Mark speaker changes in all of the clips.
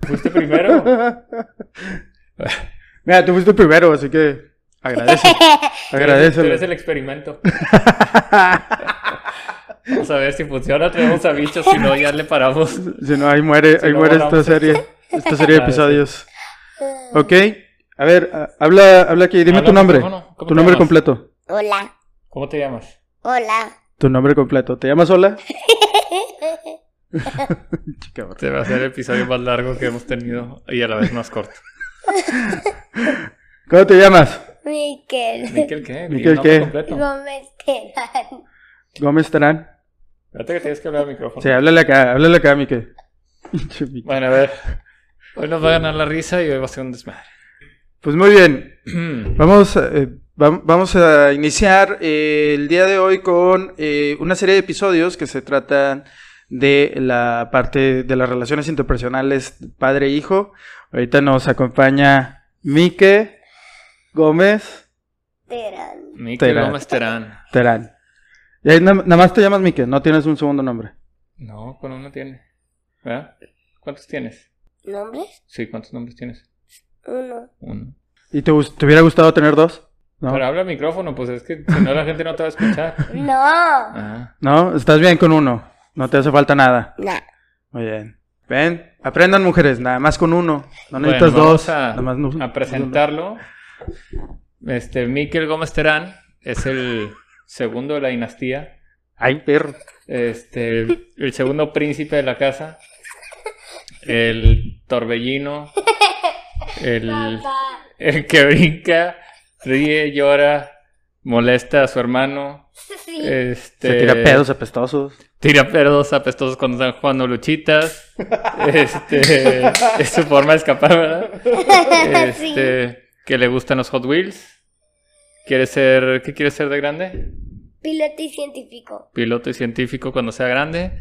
Speaker 1: fuiste primero.
Speaker 2: Mira, tú fuiste primero, así que agradece.
Speaker 1: Tú
Speaker 2: Agradecelo.
Speaker 1: eres el experimento. Vamos a ver si funciona, traemos a bichos, si no, ya le paramos.
Speaker 2: Si no, ahí muere,
Speaker 1: Si
Speaker 2: ahí
Speaker 1: no,
Speaker 2: muere
Speaker 1: volamos
Speaker 2: esta serie. Esta serie de
Speaker 1: Ah, sí.
Speaker 2: episodios. Ok. A ver, a- habla, habla aquí. Dime
Speaker 1: Habla
Speaker 2: tu
Speaker 1: al
Speaker 2: nombre.
Speaker 1: micrófono. ¿Cómo te
Speaker 2: Tu nombre
Speaker 1: llamas?
Speaker 2: completo.
Speaker 3: Hola,
Speaker 1: ¿Cómo te llamas?
Speaker 3: hola.
Speaker 2: Tu nombre completo. ¿Te llamas Ola? Chica, bro.
Speaker 1: Se va a hacer el episodio más largo que hemos tenido y a la vez más corto.
Speaker 2: ¿Cómo te llamas?
Speaker 3: Miquel.
Speaker 1: ¿Miquel qué? Di
Speaker 2: ¿Miquel
Speaker 1: el nombre
Speaker 2: qué?
Speaker 1: Completo.
Speaker 3: Gómez Terán.
Speaker 2: Gómez Terán.
Speaker 1: Espérate que tienes que hablar al micrófono.
Speaker 2: Sí, háblale acá, háblale acá, Mike.
Speaker 1: Bueno, a ver. Hoy nos va a ganar la risa y hoy va a ser un desmadre.
Speaker 2: Pues muy bien, vamos, eh, vam- vamos a iniciar eh, el día de hoy con eh, una serie de episodios que se tratan de la parte de las relaciones interpersonales padre-hijo. Ahorita nos acompaña Mike Gómez
Speaker 3: Terán.
Speaker 1: Miquel
Speaker 2: Terán.
Speaker 1: Gómez Terán.
Speaker 2: Terán. Y ahí na- nada más te llamas Mike, no tienes un segundo nombre.
Speaker 1: No, con uno tiene. ¿Verdad? ¿Cuántos tienes?
Speaker 3: ¿Nombres?
Speaker 1: Sí, ¿cuántos nombres tienes?
Speaker 3: Uno.
Speaker 1: Uno.
Speaker 2: ¿Y te, gust- te hubiera gustado tener dos? No.
Speaker 1: Pero habla al micrófono, pues es que si no la gente no te va a escuchar.
Speaker 3: No.
Speaker 1: Ah,
Speaker 2: No, estás bien con uno, no te hace falta nada.
Speaker 3: No.
Speaker 2: Muy bien. Ven, aprendan mujeres, nada más con uno. No
Speaker 1: Bueno,
Speaker 2: necesitas
Speaker 1: vamos
Speaker 2: dos.
Speaker 1: a-
Speaker 2: nada más no-
Speaker 1: a presentarlo. Este, Miquel Gómez Terán es el segundo de la dinastía.
Speaker 2: Ay, perro.
Speaker 1: Este, el, el segundo príncipe de la casa. El torbellino. El,
Speaker 3: Papá.
Speaker 1: el que brinca, ríe, llora, molesta a su hermano.
Speaker 3: Sí.
Speaker 1: Este,
Speaker 2: Se tira pedos apestosos.
Speaker 1: Tira pedos apestosos cuando están jugando luchitas. Este, es su forma de escapar, ¿verdad? Este, que le gustan los Hot Wheels. Quiere ser, ¿qué quiere ser de grande?
Speaker 3: Piloto y científico.
Speaker 1: Piloto y científico cuando sea grande.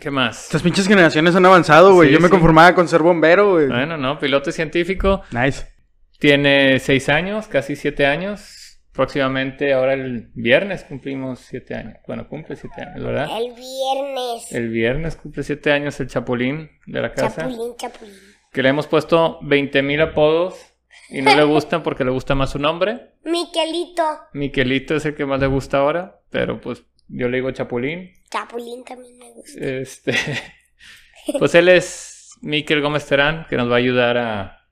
Speaker 1: ¿Qué más?
Speaker 2: Estas pinches generaciones han avanzado, güey.
Speaker 1: Sí,
Speaker 2: Yo me
Speaker 1: sí.
Speaker 2: conformaba con ser bombero, güey.
Speaker 1: Bueno, no, piloto y científico.
Speaker 2: Nice.
Speaker 1: Tiene seis años, casi siete años. Próximamente, ahora el viernes cumplimos siete años. Bueno, cumple siete años, ¿verdad?
Speaker 3: El viernes.
Speaker 1: El viernes cumple siete años el chapulín de la casa.
Speaker 3: Chapulín, chapulín.
Speaker 1: que le hemos puesto 20.000 apodos y no le gustan porque le gusta más su nombre.
Speaker 3: Miquelito.
Speaker 1: Miquelito es el que más le gusta ahora, pero pues yo le digo Chapulín.
Speaker 3: Chapulín también me gusta.
Speaker 1: Este, pues él es Miquel Gómez Terán, que nos va a ayudar a,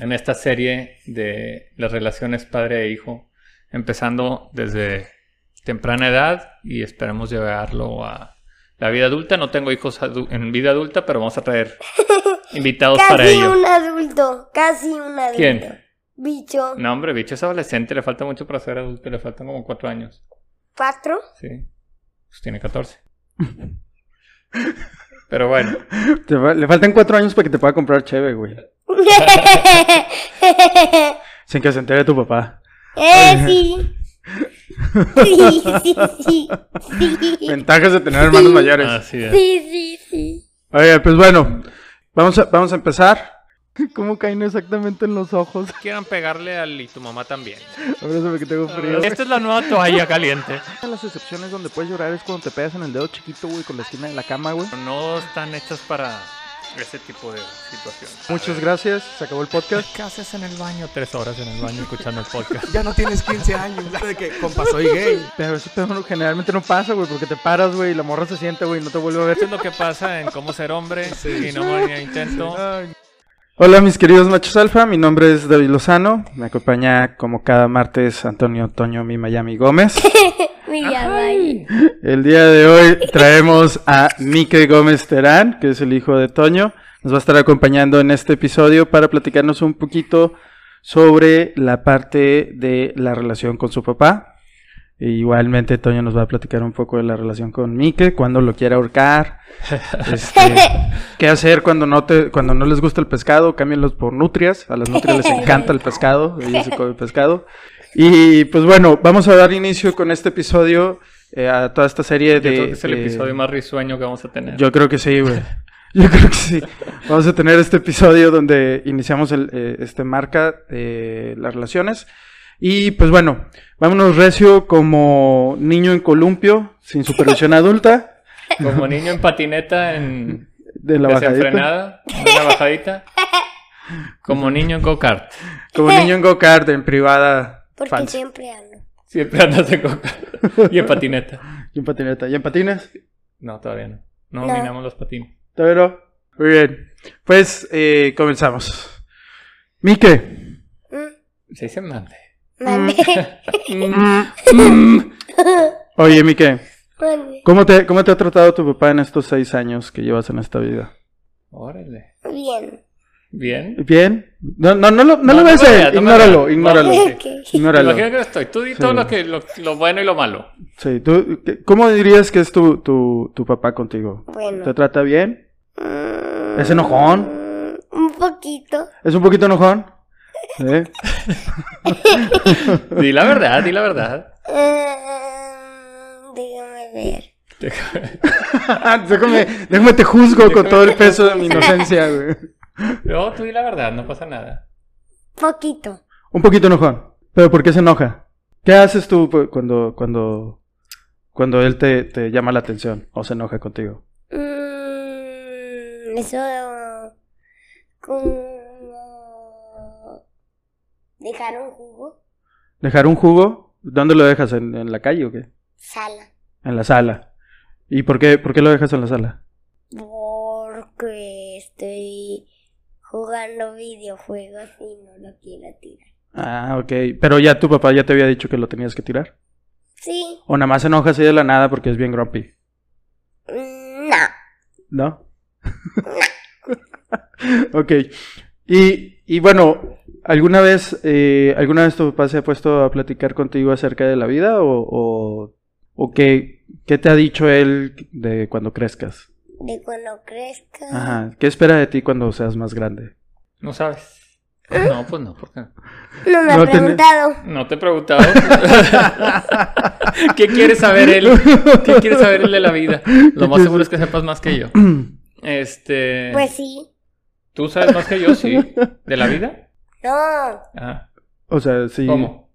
Speaker 1: en esta serie de las relaciones padre e hijo, empezando desde temprana edad y esperamos llevarlo a la vida adulta. No tengo hijos adu- en vida adulta, pero vamos a traer invitados para
Speaker 3: Casi
Speaker 1: ello.
Speaker 3: un adulto. Casi un adulto.
Speaker 1: ¿Quién?
Speaker 3: Bicho.
Speaker 1: No, hombre, bicho es adolescente, le falta mucho para ser adulto, le faltan como cuatro años.
Speaker 3: ¿Cuatro?
Speaker 1: Sí. Pues tiene 14. Pero bueno,
Speaker 2: Te fa- le faltan cuatro años para que te pueda comprar cheve, güey. Sin que se entere tu papá.
Speaker 3: eh, sí. Sí, sí, sí. Sí.
Speaker 2: Ventajas de tener hermanos mayores.
Speaker 1: así es.
Speaker 3: Sí, sí, sí.
Speaker 2: Oye, pues bueno. Vamos a, vamos a empezar. ¿Cómo caen exactamente en los ojos?
Speaker 1: Quieran pegarle al y tu mamá también.
Speaker 2: Abrázame que tengo frío.
Speaker 1: Esta es la nueva toalla caliente.
Speaker 2: de las excepciones donde puedes llorar es cuando te pegas en el dedo chiquito, güey, con la esquina de la cama, güey.
Speaker 1: No están hechas para ese tipo de situaciones.
Speaker 2: Muchas gracias. Se acabó el podcast.
Speaker 1: ¿Qué haces en el baño? Tres horas en el baño escuchando el podcast.
Speaker 4: Ya no tienes 15 años. De que, compa, soy gay.
Speaker 2: Pero eso pedo no- generalmente no pasa, güey, porque te paras, güey, y la morra se siente, güey, y no te vuelve a ver.
Speaker 1: Esto es lo que pasa en cómo ser hombre y no morir en intento.
Speaker 2: Hola, mis queridos machos alfa, mi nombre es David Lozano. Me acompaña como cada martes Antonio Toño Mi Miami Gómez.
Speaker 3: Me llama ahí.
Speaker 2: El día de hoy traemos a Mike Gómez Terán, que es el hijo de Toño. Nos va a estar acompañando en este episodio para platicarnos un poquito sobre la parte de la relación con su papá. E igualmente Toño nos va a platicar un poco de la relación con Mike, cuando lo quiere ahorcar, este, qué hacer cuando no te, cuando no les gusta el pescado, cámbienlos por nutrias, a las nutrias les encanta el pescado, ellos se comen pescado. Y pues bueno, vamos a dar inicio con este episodio eh, a toda esta serie
Speaker 1: Yo
Speaker 2: de.
Speaker 1: creo que es el
Speaker 2: de-
Speaker 1: episodio más risueño que vamos a tener.
Speaker 2: Yo creo que sí, güey. Yo creo que sí. Vamos a tener este episodio donde iniciamos el, eh, este marca eh, las relaciones. Y pues bueno, vámonos recio como niño en columpio, sin supervisión adulta.
Speaker 1: Como niño en patineta en
Speaker 2: de la bajadita.
Speaker 1: desenfrenada, una bajadita, como niño en go-kart.
Speaker 2: Como niño en go-kart, en privada.
Speaker 3: Porque
Speaker 2: fancy.
Speaker 3: siempre ando.
Speaker 1: Siempre andas en go-kart y en patineta.
Speaker 2: Y en patineta. ¿Y en patines?
Speaker 1: No, todavía no. No,
Speaker 3: No.
Speaker 1: dominamos los patines.
Speaker 2: Todavía no. Muy bien. Pues eh, comenzamos. Mike.
Speaker 3: Mm,
Speaker 1: Se dice mande.
Speaker 2: Mm.
Speaker 3: Mande.
Speaker 2: Oye, Mike.
Speaker 3: Mande.
Speaker 2: ¿Cómo te, ¿Cómo te ha tratado tu papá en estos seis años que llevas en esta vida?
Speaker 1: Órale.
Speaker 3: Bien.
Speaker 1: Bien.
Speaker 2: ¿Bien? No, no, no, lo- no,
Speaker 1: No,
Speaker 2: lo
Speaker 1: no
Speaker 2: ves
Speaker 1: me
Speaker 2: a él.
Speaker 1: veas, no me
Speaker 2: ignóralo,
Speaker 1: veas.
Speaker 2: ignóralo.
Speaker 1: No,
Speaker 3: Ok.
Speaker 2: Ignóralo.
Speaker 1: Imagina que no estoy. Tú di
Speaker 2: Sí.
Speaker 1: todo lo, que, lo, lo bueno y lo malo.
Speaker 2: Sí, tú, ¿cómo dirías que es tu, tu, tu papá contigo?
Speaker 3: Bueno.
Speaker 2: ¿Te trata bien?
Speaker 3: Mm,
Speaker 2: ¿Es enojón?
Speaker 3: Un poquito.
Speaker 2: ¿Es un poquito enojón? ¿Sí?
Speaker 1: Di la verdad, di la verdad.
Speaker 3: Mm, déjame ver.
Speaker 2: déjame, déjame te juzgo con todo el peso de mi inocencia, güey.
Speaker 1: No, tú di la verdad, no pasa nada.
Speaker 3: Poquito.
Speaker 2: Un poquito enojón. ¿Pero por qué se enoja? ¿Qué haces tú pu- cuando, cuando, cuando él te, te llama la atención o se enoja contigo?
Speaker 3: Mm, eso. Como. Dejar un jugo.
Speaker 2: ¿Dejar un jugo? ¿Dónde lo dejas? ¿En, en la calle o qué?
Speaker 3: Sala.
Speaker 2: En la sala. ¿Y por qué, por qué lo dejas en la sala?
Speaker 3: Porque estoy jugando videojuegos y no lo quiero tirar.
Speaker 2: Ah, ok. Pero ya tu papá ya te había dicho que lo tenías que tirar.
Speaker 3: Sí.
Speaker 2: O nada más se enoja así de la nada porque es bien grumpy.
Speaker 3: Mm, No.
Speaker 2: ¿No? ok. Y, y bueno, ¿alguna vez, eh, ¿alguna vez tu papá se ha puesto a platicar contigo acerca de la vida? ¿O, o, o qué, qué te ha dicho él de cuando crezcas?
Speaker 3: De cuando crezca.
Speaker 2: Ajá. ¿Qué espera de ti cuando seas más grande?
Speaker 1: No sabes.
Speaker 2: ¿Eh?
Speaker 1: No, pues no, porque
Speaker 3: No me
Speaker 2: No
Speaker 3: ha
Speaker 2: tenés-
Speaker 3: preguntado.
Speaker 1: no te he preguntado. ¿Qué quiere saber él? ¿Qué quiere saber él de la vida? Lo más seguro es que sepas más que yo. Este.
Speaker 2: Eh.
Speaker 3: Pues sí.
Speaker 1: ¿Tú sabes más que yo, sí? ¿De la vida?
Speaker 3: No.
Speaker 1: Ajá.
Speaker 2: O sea, sí.
Speaker 1: ¿Cómo?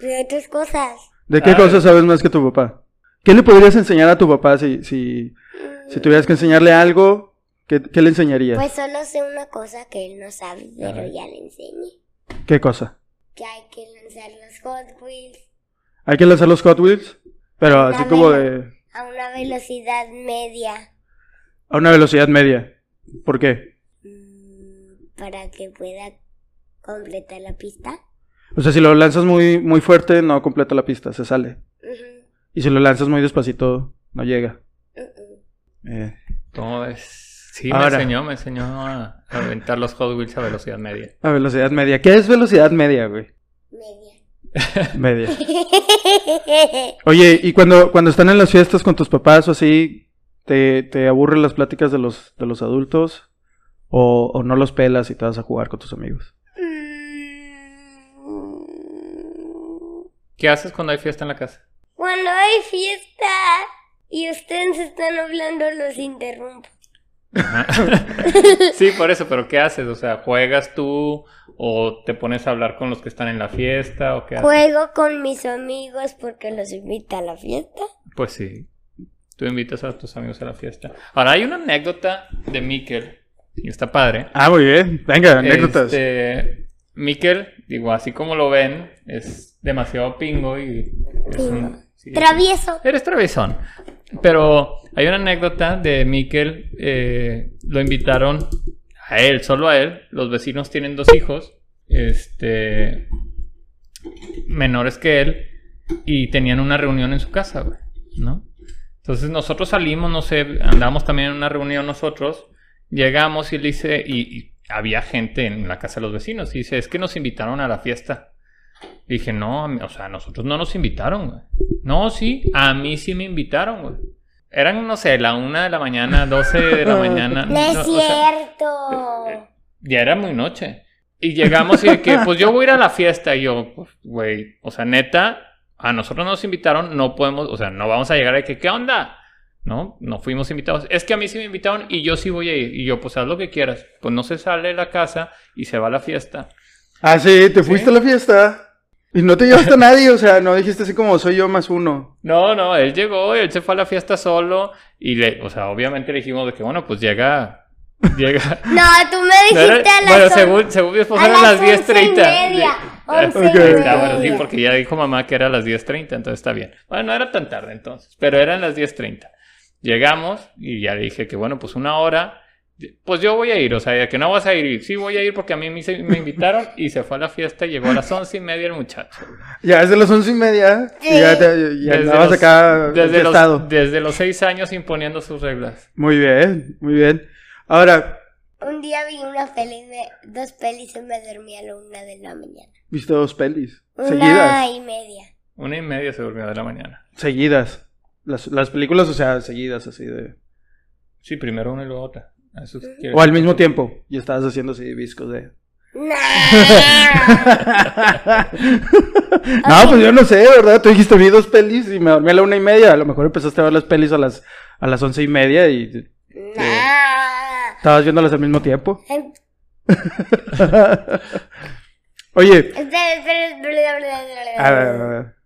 Speaker 3: De otras cosas.
Speaker 2: ¿De qué
Speaker 1: Ah.
Speaker 2: cosas sabes más que tu papá? ¿Qué le podrías enseñar a tu papá si, si,
Speaker 3: Mm,
Speaker 2: si tuvieras que enseñarle algo? ¿Qué, qué le enseñarías?
Speaker 3: Pues solo sé una cosa que él no sabe, pero
Speaker 1: Ajá.
Speaker 3: ya le enseñé.
Speaker 2: ¿Qué cosa?
Speaker 3: Que hay que lanzar los Hot Wheels
Speaker 2: Hay que lanzar los Hot Wheels, pero así
Speaker 3: Dámelo.
Speaker 2: como de...
Speaker 3: a una velocidad media
Speaker 2: A una velocidad media. ¿Por qué?
Speaker 3: mm, para que pueda completar la pista.
Speaker 2: O sea, si lo lanzas muy, muy fuerte, no completa la pista, se sale.
Speaker 3: Ujú,
Speaker 2: Y si lo lanzas muy despacito, no llega.
Speaker 3: ujú.
Speaker 2: Eh,
Speaker 1: ¿Cómo ves? Sí,
Speaker 2: Ahora.
Speaker 1: me enseñó, me enseñó a a aventar los Hot Wheels a velocidad media.
Speaker 2: a velocidad media. ¿Qué es velocidad media, güey?
Speaker 3: Media.
Speaker 2: Media. Oye, y cuando, cuando están en las fiestas con tus papás o así, ¿te, te aburren las pláticas de los, de los adultos? O, o no los pelas y te vas a jugar con tus amigos?
Speaker 3: Mm,
Speaker 1: ¿Qué haces cuando hay fiesta en la casa?
Speaker 3: Cuando hay fiesta y ustedes están hablando, los interrumpo.
Speaker 1: Sí, por eso, pero ¿qué haces? O sea, ¿juegas tú o te pones a hablar con los que están en la fiesta o qué haces?
Speaker 3: Juego con mis amigos porque los invita a la fiesta.
Speaker 1: Pues sí, tú invitas a tus amigos a la fiesta. Ahora, hay una anécdota de Miquel, y está padre.
Speaker 2: Ah, muy bien. Venga, anécdotas.
Speaker 1: Este, Miquel, digo, así como lo ven, es demasiado pingo y... es un- sí, es un-
Speaker 3: Travieso.
Speaker 1: Eres traviesón. Pero hay una anécdota de Miquel. eh, lo invitaron a él, solo a él. Los vecinos tienen dos hijos. Este. Menores que él. Y tenían una reunión en su casa, güey, ¿No? Entonces nosotros salimos, no sé, andamos también en una reunión nosotros. Llegamos y le dice. Y, y había gente en la casa de los vecinos. Y dice, es que nos invitaron a la fiesta. Dije, no, a mí- o sea, a nosotros no nos invitaron, güey. No, sí, a mí sí me invitaron, güey. Eran, no sé, la una de la mañana, 12 de la mañana.
Speaker 3: No es
Speaker 1: No, o sea, eh,
Speaker 3: cierto.
Speaker 1: ya era muy noche. Y llegamos y de que, pues yo voy a ir a la fiesta. Y yo, pues, güey, o sea, neta, a nosotros nos invitaron, no podemos, o sea, no vamos a llegar a que, ¿qué onda? No, no fuimos invitados. Es que a mí sí me invitaron y yo sí voy a ir. Y yo, pues haz lo que quieras. Pues no se sale de la casa y se va a la fiesta.
Speaker 2: Ah, sí, te fuiste a la fiesta. Y no te llevaste a nadie, o sea, no dijiste así como soy yo más uno.
Speaker 1: No, no, él llegó, él se fue a la fiesta solo y le, o sea, obviamente le dijimos de que bueno, pues llega, llega.
Speaker 3: No, tú me
Speaker 1: No era-
Speaker 3: dijiste a las
Speaker 1: bueno,
Speaker 3: on-
Speaker 1: según, según mi esposa
Speaker 3: a
Speaker 1: eran las
Speaker 3: las
Speaker 1: 10.30.
Speaker 3: once y media, once
Speaker 2: y
Speaker 1: Ahí está,
Speaker 3: media.
Speaker 1: bueno, sí, porque ya dijo mamá que era a las 10.30, entonces está bien. Bueno, no era tan tarde entonces, pero eran las 10.30. Llegamos y ya le dije que bueno, pues una hora, pues yo voy a ir, o sea, de que no vas a ir, sí voy a ir porque a mí me, se- me invitaron y se fue a la fiesta y llegó a las 11.30 y media el muchacho.
Speaker 2: Ya desde las once y media, y ya, te, ya andabas
Speaker 1: los-
Speaker 2: acá
Speaker 1: desde
Speaker 2: enfiestado.
Speaker 1: los, desde los 6 años imponiendo sus reglas.
Speaker 2: Muy bien, muy bien. Ahora,
Speaker 3: Un día vi una peli, me- dos pelis y me dormí a la una de la mañana.
Speaker 2: viste dos pelis.
Speaker 3: Una
Speaker 2: Seguidas.
Speaker 3: y media.
Speaker 1: Una y media se durmió de la mañana.
Speaker 2: Seguidas. Las, las películas, o sea, seguidas así de...
Speaker 1: Sí, primero una y luego otra. A Eso quiere
Speaker 2: O al
Speaker 1: decir.
Speaker 2: mismo tiempo. Y estabas haciendo así discos de...
Speaker 3: Nah.
Speaker 2: no, pues yo no sé, ¿verdad? Tú dijiste, vi dos pelis y me dormí a la una y media. A lo mejor empezaste a ver las pelis a las, a las once y media y
Speaker 3: Nah.
Speaker 2: estabas viéndolas al mismo tiempo.
Speaker 3: Em,
Speaker 2: Oye, ah,
Speaker 3: espera, espera, espera, espera, espera.
Speaker 2: a ver, a ver,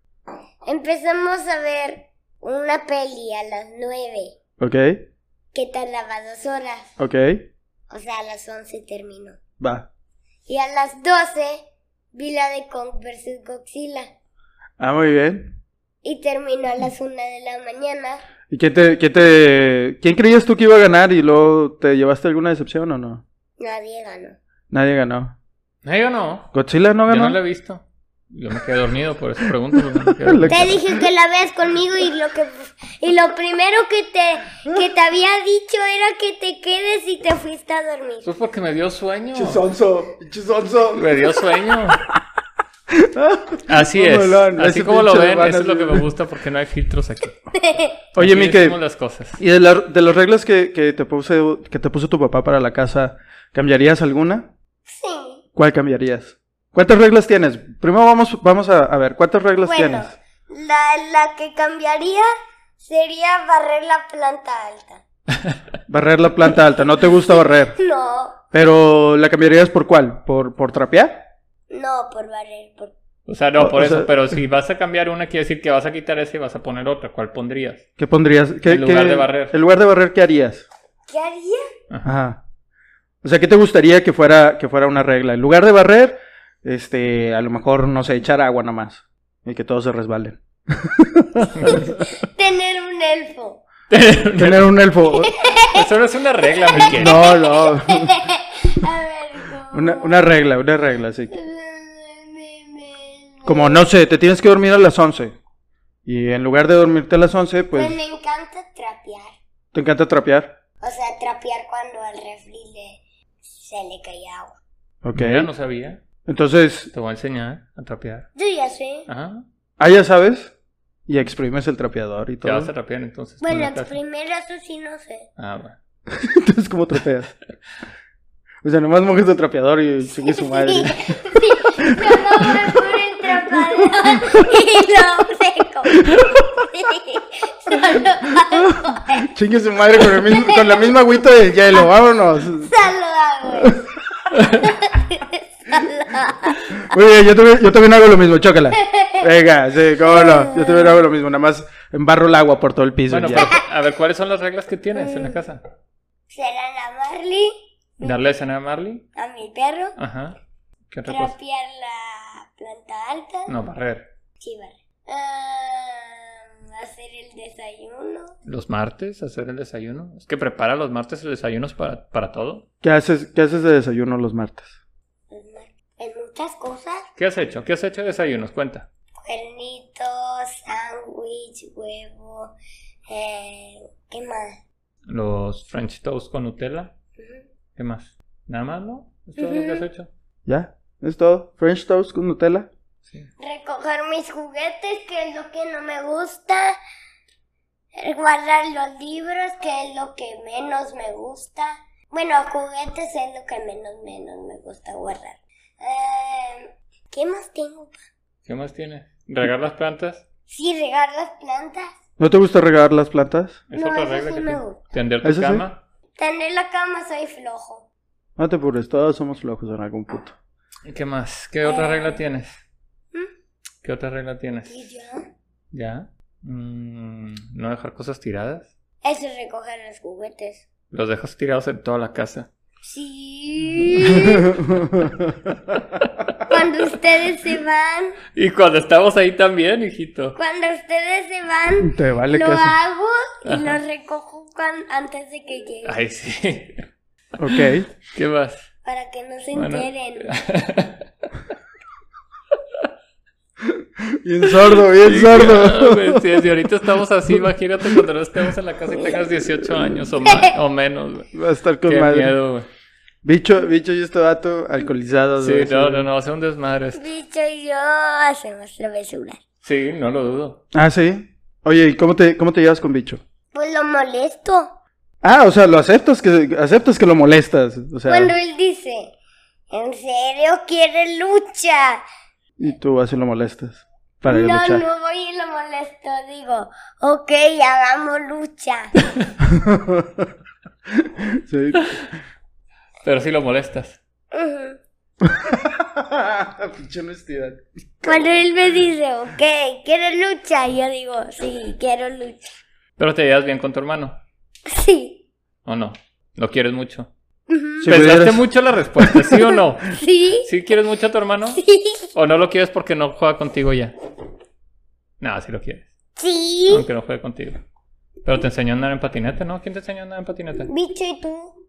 Speaker 3: Empezamos a ver una peli a las nueve.
Speaker 2: ok,
Speaker 3: Que tardaba dos horas.
Speaker 2: ok,
Speaker 3: O sea, a las once terminó.
Speaker 2: va.
Speaker 3: Y a las doce vi la de Kong versus Godzilla.
Speaker 2: Ah, muy bien.
Speaker 3: Y terminó a las una de la mañana.
Speaker 2: ¿Y quién te, quién te, quién creías tú que iba a ganar y luego te llevaste alguna decepción o no?
Speaker 3: Nadie ganó.
Speaker 2: Nadie ganó.
Speaker 1: No, yo no.
Speaker 2: ¿Godzilla no
Speaker 1: Yo Ah, no
Speaker 2: ganó?
Speaker 1: la he visto. Yo me quedé dormido, por eso pregunto. porque me quedé
Speaker 2: Le-
Speaker 1: dormido.
Speaker 3: Te dije que la veas conmigo y lo que y lo primero que te que te había dicho era que te quedes y te fuiste a dormir.
Speaker 1: Pues porque me dio sueño.
Speaker 2: Chisonzo, chisonzo.
Speaker 1: Me dio sueño. Así
Speaker 2: No,
Speaker 1: es.
Speaker 2: no, no,
Speaker 1: Así
Speaker 2: ese
Speaker 1: como lo
Speaker 2: pinche
Speaker 1: ven,
Speaker 2: van
Speaker 1: eso es lo que
Speaker 2: así.
Speaker 1: me gusta porque no hay filtros aquí.
Speaker 2: Oye,
Speaker 1: Aquí
Speaker 2: Mike,
Speaker 1: decimos las cosas.
Speaker 2: ¿y de, la- de las reglas que, que te puso, que te puso tu papá para la casa, cambiarías alguna?
Speaker 3: Sí.
Speaker 2: ¿Cuál cambiarías? ¿Cuántas reglas tienes? Primero vamos, vamos a, a ver, ¿cuántas reglas
Speaker 3: Bueno,
Speaker 2: tienes?
Speaker 3: la, la que cambiaría sería barrer la planta alta.
Speaker 2: Barrer la planta alta, no te gusta barrer.
Speaker 3: No,
Speaker 2: Pero la cambiarías por cuál? ¿Por, por trapear?
Speaker 3: no por barrer, por
Speaker 1: O sea, no,
Speaker 2: O-
Speaker 1: por
Speaker 2: o
Speaker 1: eso.
Speaker 2: sea-
Speaker 1: pero si vas a cambiar una, quiere decir que vas a quitar esa y vas a poner otra. ¿Cuál pondrías?
Speaker 2: ¿Qué pondrías? ¿Qué,
Speaker 1: En lugar
Speaker 2: qué-
Speaker 1: de barrer.
Speaker 2: En lugar de barrer, ¿qué harías?
Speaker 3: ¿qué haría?
Speaker 2: Ajá. O sea, ¿qué te gustaría que fuera, que fuera una regla? En lugar de barrer, este, a lo mejor, no sé, echar agua nomás. Y que todos se resbalen.
Speaker 3: Tener un elfo.
Speaker 2: Tener un elfo.
Speaker 1: Eso no es una regla, Mike.
Speaker 2: No, no.
Speaker 3: A ver, ¿cómo?
Speaker 2: Una, una regla, una regla, así.
Speaker 3: Me- me-
Speaker 2: Como, no sé, te tienes que dormir a las 11. Y en lugar de dormirte a las 11,
Speaker 3: Pues
Speaker 2: pues
Speaker 3: me encanta trapear.
Speaker 2: te encanta trapear.
Speaker 3: O sea, trapear cuando al refri le, se le cae agua.
Speaker 2: Ok.
Speaker 1: Mira, no sabía.
Speaker 2: Entonces,
Speaker 1: Te voy a enseñar a trapear.
Speaker 3: Yo ya sé.
Speaker 1: Ajá.
Speaker 2: ah, ya sabes. Y exprimes el trapeador y
Speaker 1: Te vas a
Speaker 2: todo.
Speaker 1: trapear entonces. tú en
Speaker 3: Bueno,
Speaker 1: la casa.
Speaker 3: primero eso sí no sé.
Speaker 1: Ah, bueno.
Speaker 2: Entonces, ¿cómo trapeas? O sea, nomás mojes el trapeador y sigue su madre.
Speaker 3: Yo no voy por el trapador y lo seco. Solo,
Speaker 2: Chingue su madre con, el mismo- con la misma agüita del hielo, vámonos.
Speaker 3: solo hago eso.
Speaker 2: Oye, yo también, yo también hago lo mismo, chócala. Venga, sí, cómo no. Yo también hago lo mismo, nada más embarro el agua por todo el piso.
Speaker 1: Bueno,
Speaker 2: y ya.
Speaker 1: pero, a ver, ¿cuáles son las reglas que tienes en la casa?
Speaker 3: Será la Marley
Speaker 1: Darle de cenar a Marley.
Speaker 3: a mi perro,
Speaker 1: Ajá. ¿Qué otra cosa?
Speaker 3: trapear la planta alta,
Speaker 1: No, barrer.
Speaker 3: sí, vale. Ah, hacer el desayuno,
Speaker 1: Los martes, hacer el desayuno. Es que prepara los martes los desayunos para, para todo.
Speaker 2: ¿Qué haces, ¿Qué haces de desayuno los martes?
Speaker 3: pues, en muchas cosas.
Speaker 1: ¿Qué has hecho? ¿Qué has hecho de desayunos? Cuenta.
Speaker 3: Cuernitos, sándwich, huevo, eh, ¿qué más?
Speaker 1: Los French toast con Nutella. ¿Qué más? ¿Nada más, no? ¿Es todo lo que has hecho?
Speaker 2: ¿Ya? ¿Es todo? ¿French toast con Nutella?
Speaker 1: Sí.
Speaker 3: Recoger mis juguetes, que es lo que no me gusta. Guardar los libros, que es lo que menos me gusta. Bueno, juguetes es lo que menos, menos me gusta guardar. Eh, ¿Qué más tengo?
Speaker 1: ¿Qué más tienes? ¿Regar las plantas?
Speaker 3: Sí, regar las plantas.
Speaker 2: ¿No te gusta regar las plantas?
Speaker 1: Es
Speaker 3: No,
Speaker 1: otra
Speaker 3: eso
Speaker 1: regla
Speaker 3: sí
Speaker 1: que
Speaker 3: me
Speaker 1: tienes.
Speaker 3: gusta.
Speaker 1: Tender tu
Speaker 2: Eso sí.
Speaker 1: cama.
Speaker 3: Tener la cama soy flojo.
Speaker 2: No te apures, todos somos flojos en algún punto.
Speaker 3: Eh.
Speaker 1: ¿Qué más? ¿Qué otra regla tienes? ¿Qué otra regla tienes?
Speaker 3: ¿Mm? ¿Y yo?
Speaker 1: ¿Ya? Mm, ¿No dejar cosas tiradas?
Speaker 3: Eso es recoger los juguetes.
Speaker 1: Los dejas tirados en toda la casa.
Speaker 3: Sí. Cuando ustedes se van,
Speaker 1: Y cuando estamos ahí también, hijito.
Speaker 3: cuando ustedes se van,
Speaker 2: Te vale
Speaker 3: lo
Speaker 2: casi.
Speaker 3: hago y lo recojo cuan- antes de que lleguen.
Speaker 1: Ay, sí.
Speaker 2: Ok.
Speaker 1: ¿Qué más?
Speaker 3: Para que no se
Speaker 1: Bueno.
Speaker 3: enteren.
Speaker 2: Bien sordo, bien
Speaker 1: Ah,
Speaker 2: sordo.
Speaker 1: güey, Sí, si ahorita estamos así, imagínate cuando no estemos en la casa y tengas 18 años o, más, o menos. güey.
Speaker 2: Va a estar con
Speaker 1: Qué
Speaker 2: madre.
Speaker 1: miedo, güey.
Speaker 2: Bicho, bicho y este vato alcoholizado.
Speaker 1: Sí, no, no, no, va a ser un desmadre. esto.
Speaker 3: Bicho y yo hacemos travesuras.
Speaker 1: Sí, no lo dudo.
Speaker 2: Ah, sí. Oye, ¿y cómo te, cómo te llevas con bicho?
Speaker 3: Pues lo molesto.
Speaker 2: Ah, o sea, lo aceptas que aceptas que lo molestas. O sea,
Speaker 3: Cuando él dice, ¿en serio quiere lucha?
Speaker 2: y tú así lo molestas. Para
Speaker 3: no,
Speaker 2: luchar.
Speaker 3: no voy y lo molesto. Digo, ok, hagamos lucha.
Speaker 2: Sí.
Speaker 1: Pero sí lo molestas.
Speaker 3: Ujú.
Speaker 2: Pinche honestidad.
Speaker 3: Cuando él me dice, ok, ¿quieres lucha? Yo digo, sí, quiero lucha.
Speaker 1: Pero te llevas bien con tu hermano,
Speaker 3: Sí.
Speaker 1: ¿o no? ¿Lo quieres mucho?
Speaker 3: Ujú.
Speaker 2: Si
Speaker 1: ¿Pensaste
Speaker 2: pudieras-
Speaker 1: mucho la respuesta, sí o no?
Speaker 3: Sí.
Speaker 1: ¿Sí quieres mucho a tu hermano?
Speaker 3: Sí.
Speaker 1: ¿O no lo quieres porque no juega contigo ya? No, sí lo quieres.
Speaker 3: Sí.
Speaker 1: Aunque no juegue contigo. Pero te enseñó a andar en patineta, ¿no? ¿Quién te enseñó a andar en patineta?
Speaker 3: Bicho y tú.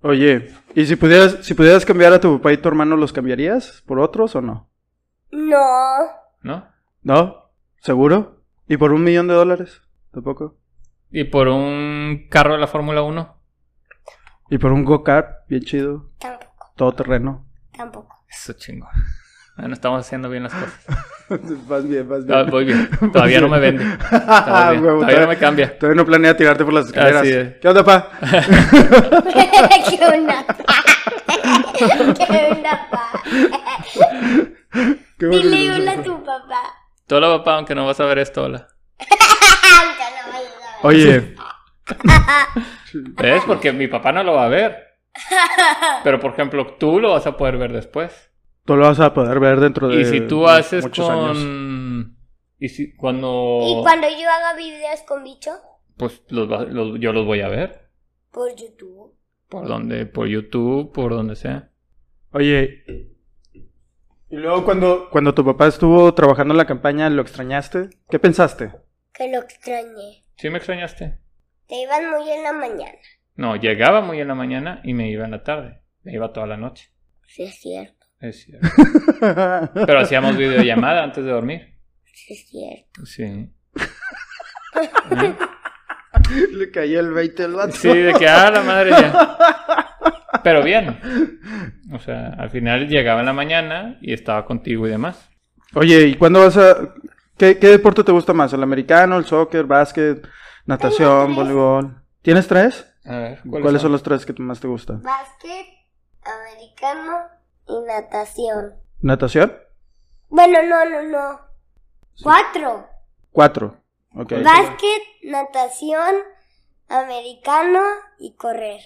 Speaker 2: Oye, ¿y si pudieras, si pudieras cambiar a tu papá y tu hermano, los cambiarías por otros o no?
Speaker 3: No.
Speaker 1: ¿No?
Speaker 2: ¿No? ¿Seguro? ¿Y por un millón de dólares? ¿Tampoco?
Speaker 1: ¿Y por un carro de la Fórmula 1?
Speaker 2: ¿Y por un go-kart? Bien chido.
Speaker 3: Tampoco.
Speaker 2: Todo terreno.
Speaker 3: Tampoco.
Speaker 1: Eso chingo. Bueno, estamos haciendo bien las cosas.
Speaker 2: Vas bien, vas
Speaker 1: Ah, voy bien. Todavía no me vende. Estamos bien. Todavía no
Speaker 2: Huevo, todavía-
Speaker 1: me cambia.
Speaker 2: Todavía no planea tirarte por las escaleras.
Speaker 1: Así es.
Speaker 2: ¿Qué onda, pa?
Speaker 3: Qué una pa. Qué una pa.
Speaker 2: Qué bueno que
Speaker 3: Dile
Speaker 2: no
Speaker 3: hola
Speaker 2: se-
Speaker 3: a tu papá.
Speaker 1: Tola, papá, aunque no vas a ver esto, hola.
Speaker 3: Ahorita lo voy a dar.
Speaker 2: Oye,
Speaker 1: ¿Ves? Porque mi papá no lo va a ver. Pero, por ejemplo, tú lo vas a poder ver después.
Speaker 2: tú lo vas a poder ver dentro de
Speaker 1: Y si tú haces
Speaker 2: muchos
Speaker 1: con...
Speaker 2: años.
Speaker 1: Y si cuando...
Speaker 3: Y cuando yo haga videos con bicho,
Speaker 1: Pues los va- los- yo los voy a ver.
Speaker 3: por YouTube.
Speaker 1: Por donde... Por YouTube, por donde sea.
Speaker 2: Oye, y luego cuando, cuando tu papá estuvo trabajando en la campaña, ¿lo extrañaste? ¿Qué pensaste?
Speaker 3: Que lo extrañé.
Speaker 1: ¿Sí me extrañaste?
Speaker 3: Te iban muy en la mañana.
Speaker 1: No, llegaba muy en la mañana y me iba en la tarde. Me iba toda la noche.
Speaker 3: Sí, es cierto.
Speaker 1: Es cierto. Pero hacíamos videollamada antes de dormir.
Speaker 3: Sí, es cierto.
Speaker 1: Sí.
Speaker 2: Le cayó el 20 al vato.
Speaker 1: Sí, de que, ah, la madre ya. Pero bien. O sea, al final llegaba en la mañana y estaba contigo y demás.
Speaker 2: Oye, ¿y cuándo vas a...? ¿Qué, qué deporte te gusta más? ¿El americano, el soccer, básquet, natación,
Speaker 3: Tengo tres.
Speaker 2: voleibol? ¿Tienes tres?
Speaker 1: A ver,
Speaker 2: ¿Cuáles, son? los tres que más te gustan?
Speaker 3: Básquet, americano y natación.
Speaker 2: ¿Natación?
Speaker 3: Bueno, no, no, no. Cuatro.
Speaker 2: Cuatro. Ok.
Speaker 3: Básquet, natación, americano y correr.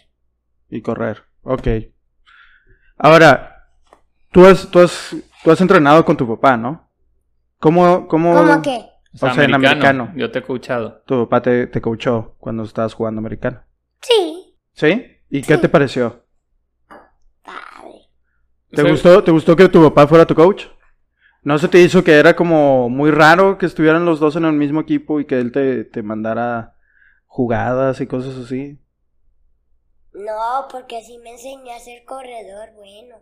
Speaker 2: Y correr. Ok. Ahora, tú has, tú has, tú has entrenado con tu papá, ¿no? ¿Cómo, cómo,
Speaker 3: ¿Cómo que?
Speaker 1: O sea,
Speaker 2: o sea, en americano.
Speaker 1: Yo te he escuchado.
Speaker 2: tu papá te, te coachó cuando estabas jugando americano?
Speaker 3: Sí.
Speaker 2: ¿Sí? ¿Y qué
Speaker 3: Sí.
Speaker 2: te pareció?
Speaker 3: Padre.
Speaker 2: ¿Te, gustó, ¿Te gustó que tu papá fuera tu coach? ¿No se te hizo que era como muy raro que estuvieran los dos en el mismo equipo y que él te, te mandara jugadas y cosas así?
Speaker 3: No, porque así me enseñó a ser corredor bueno.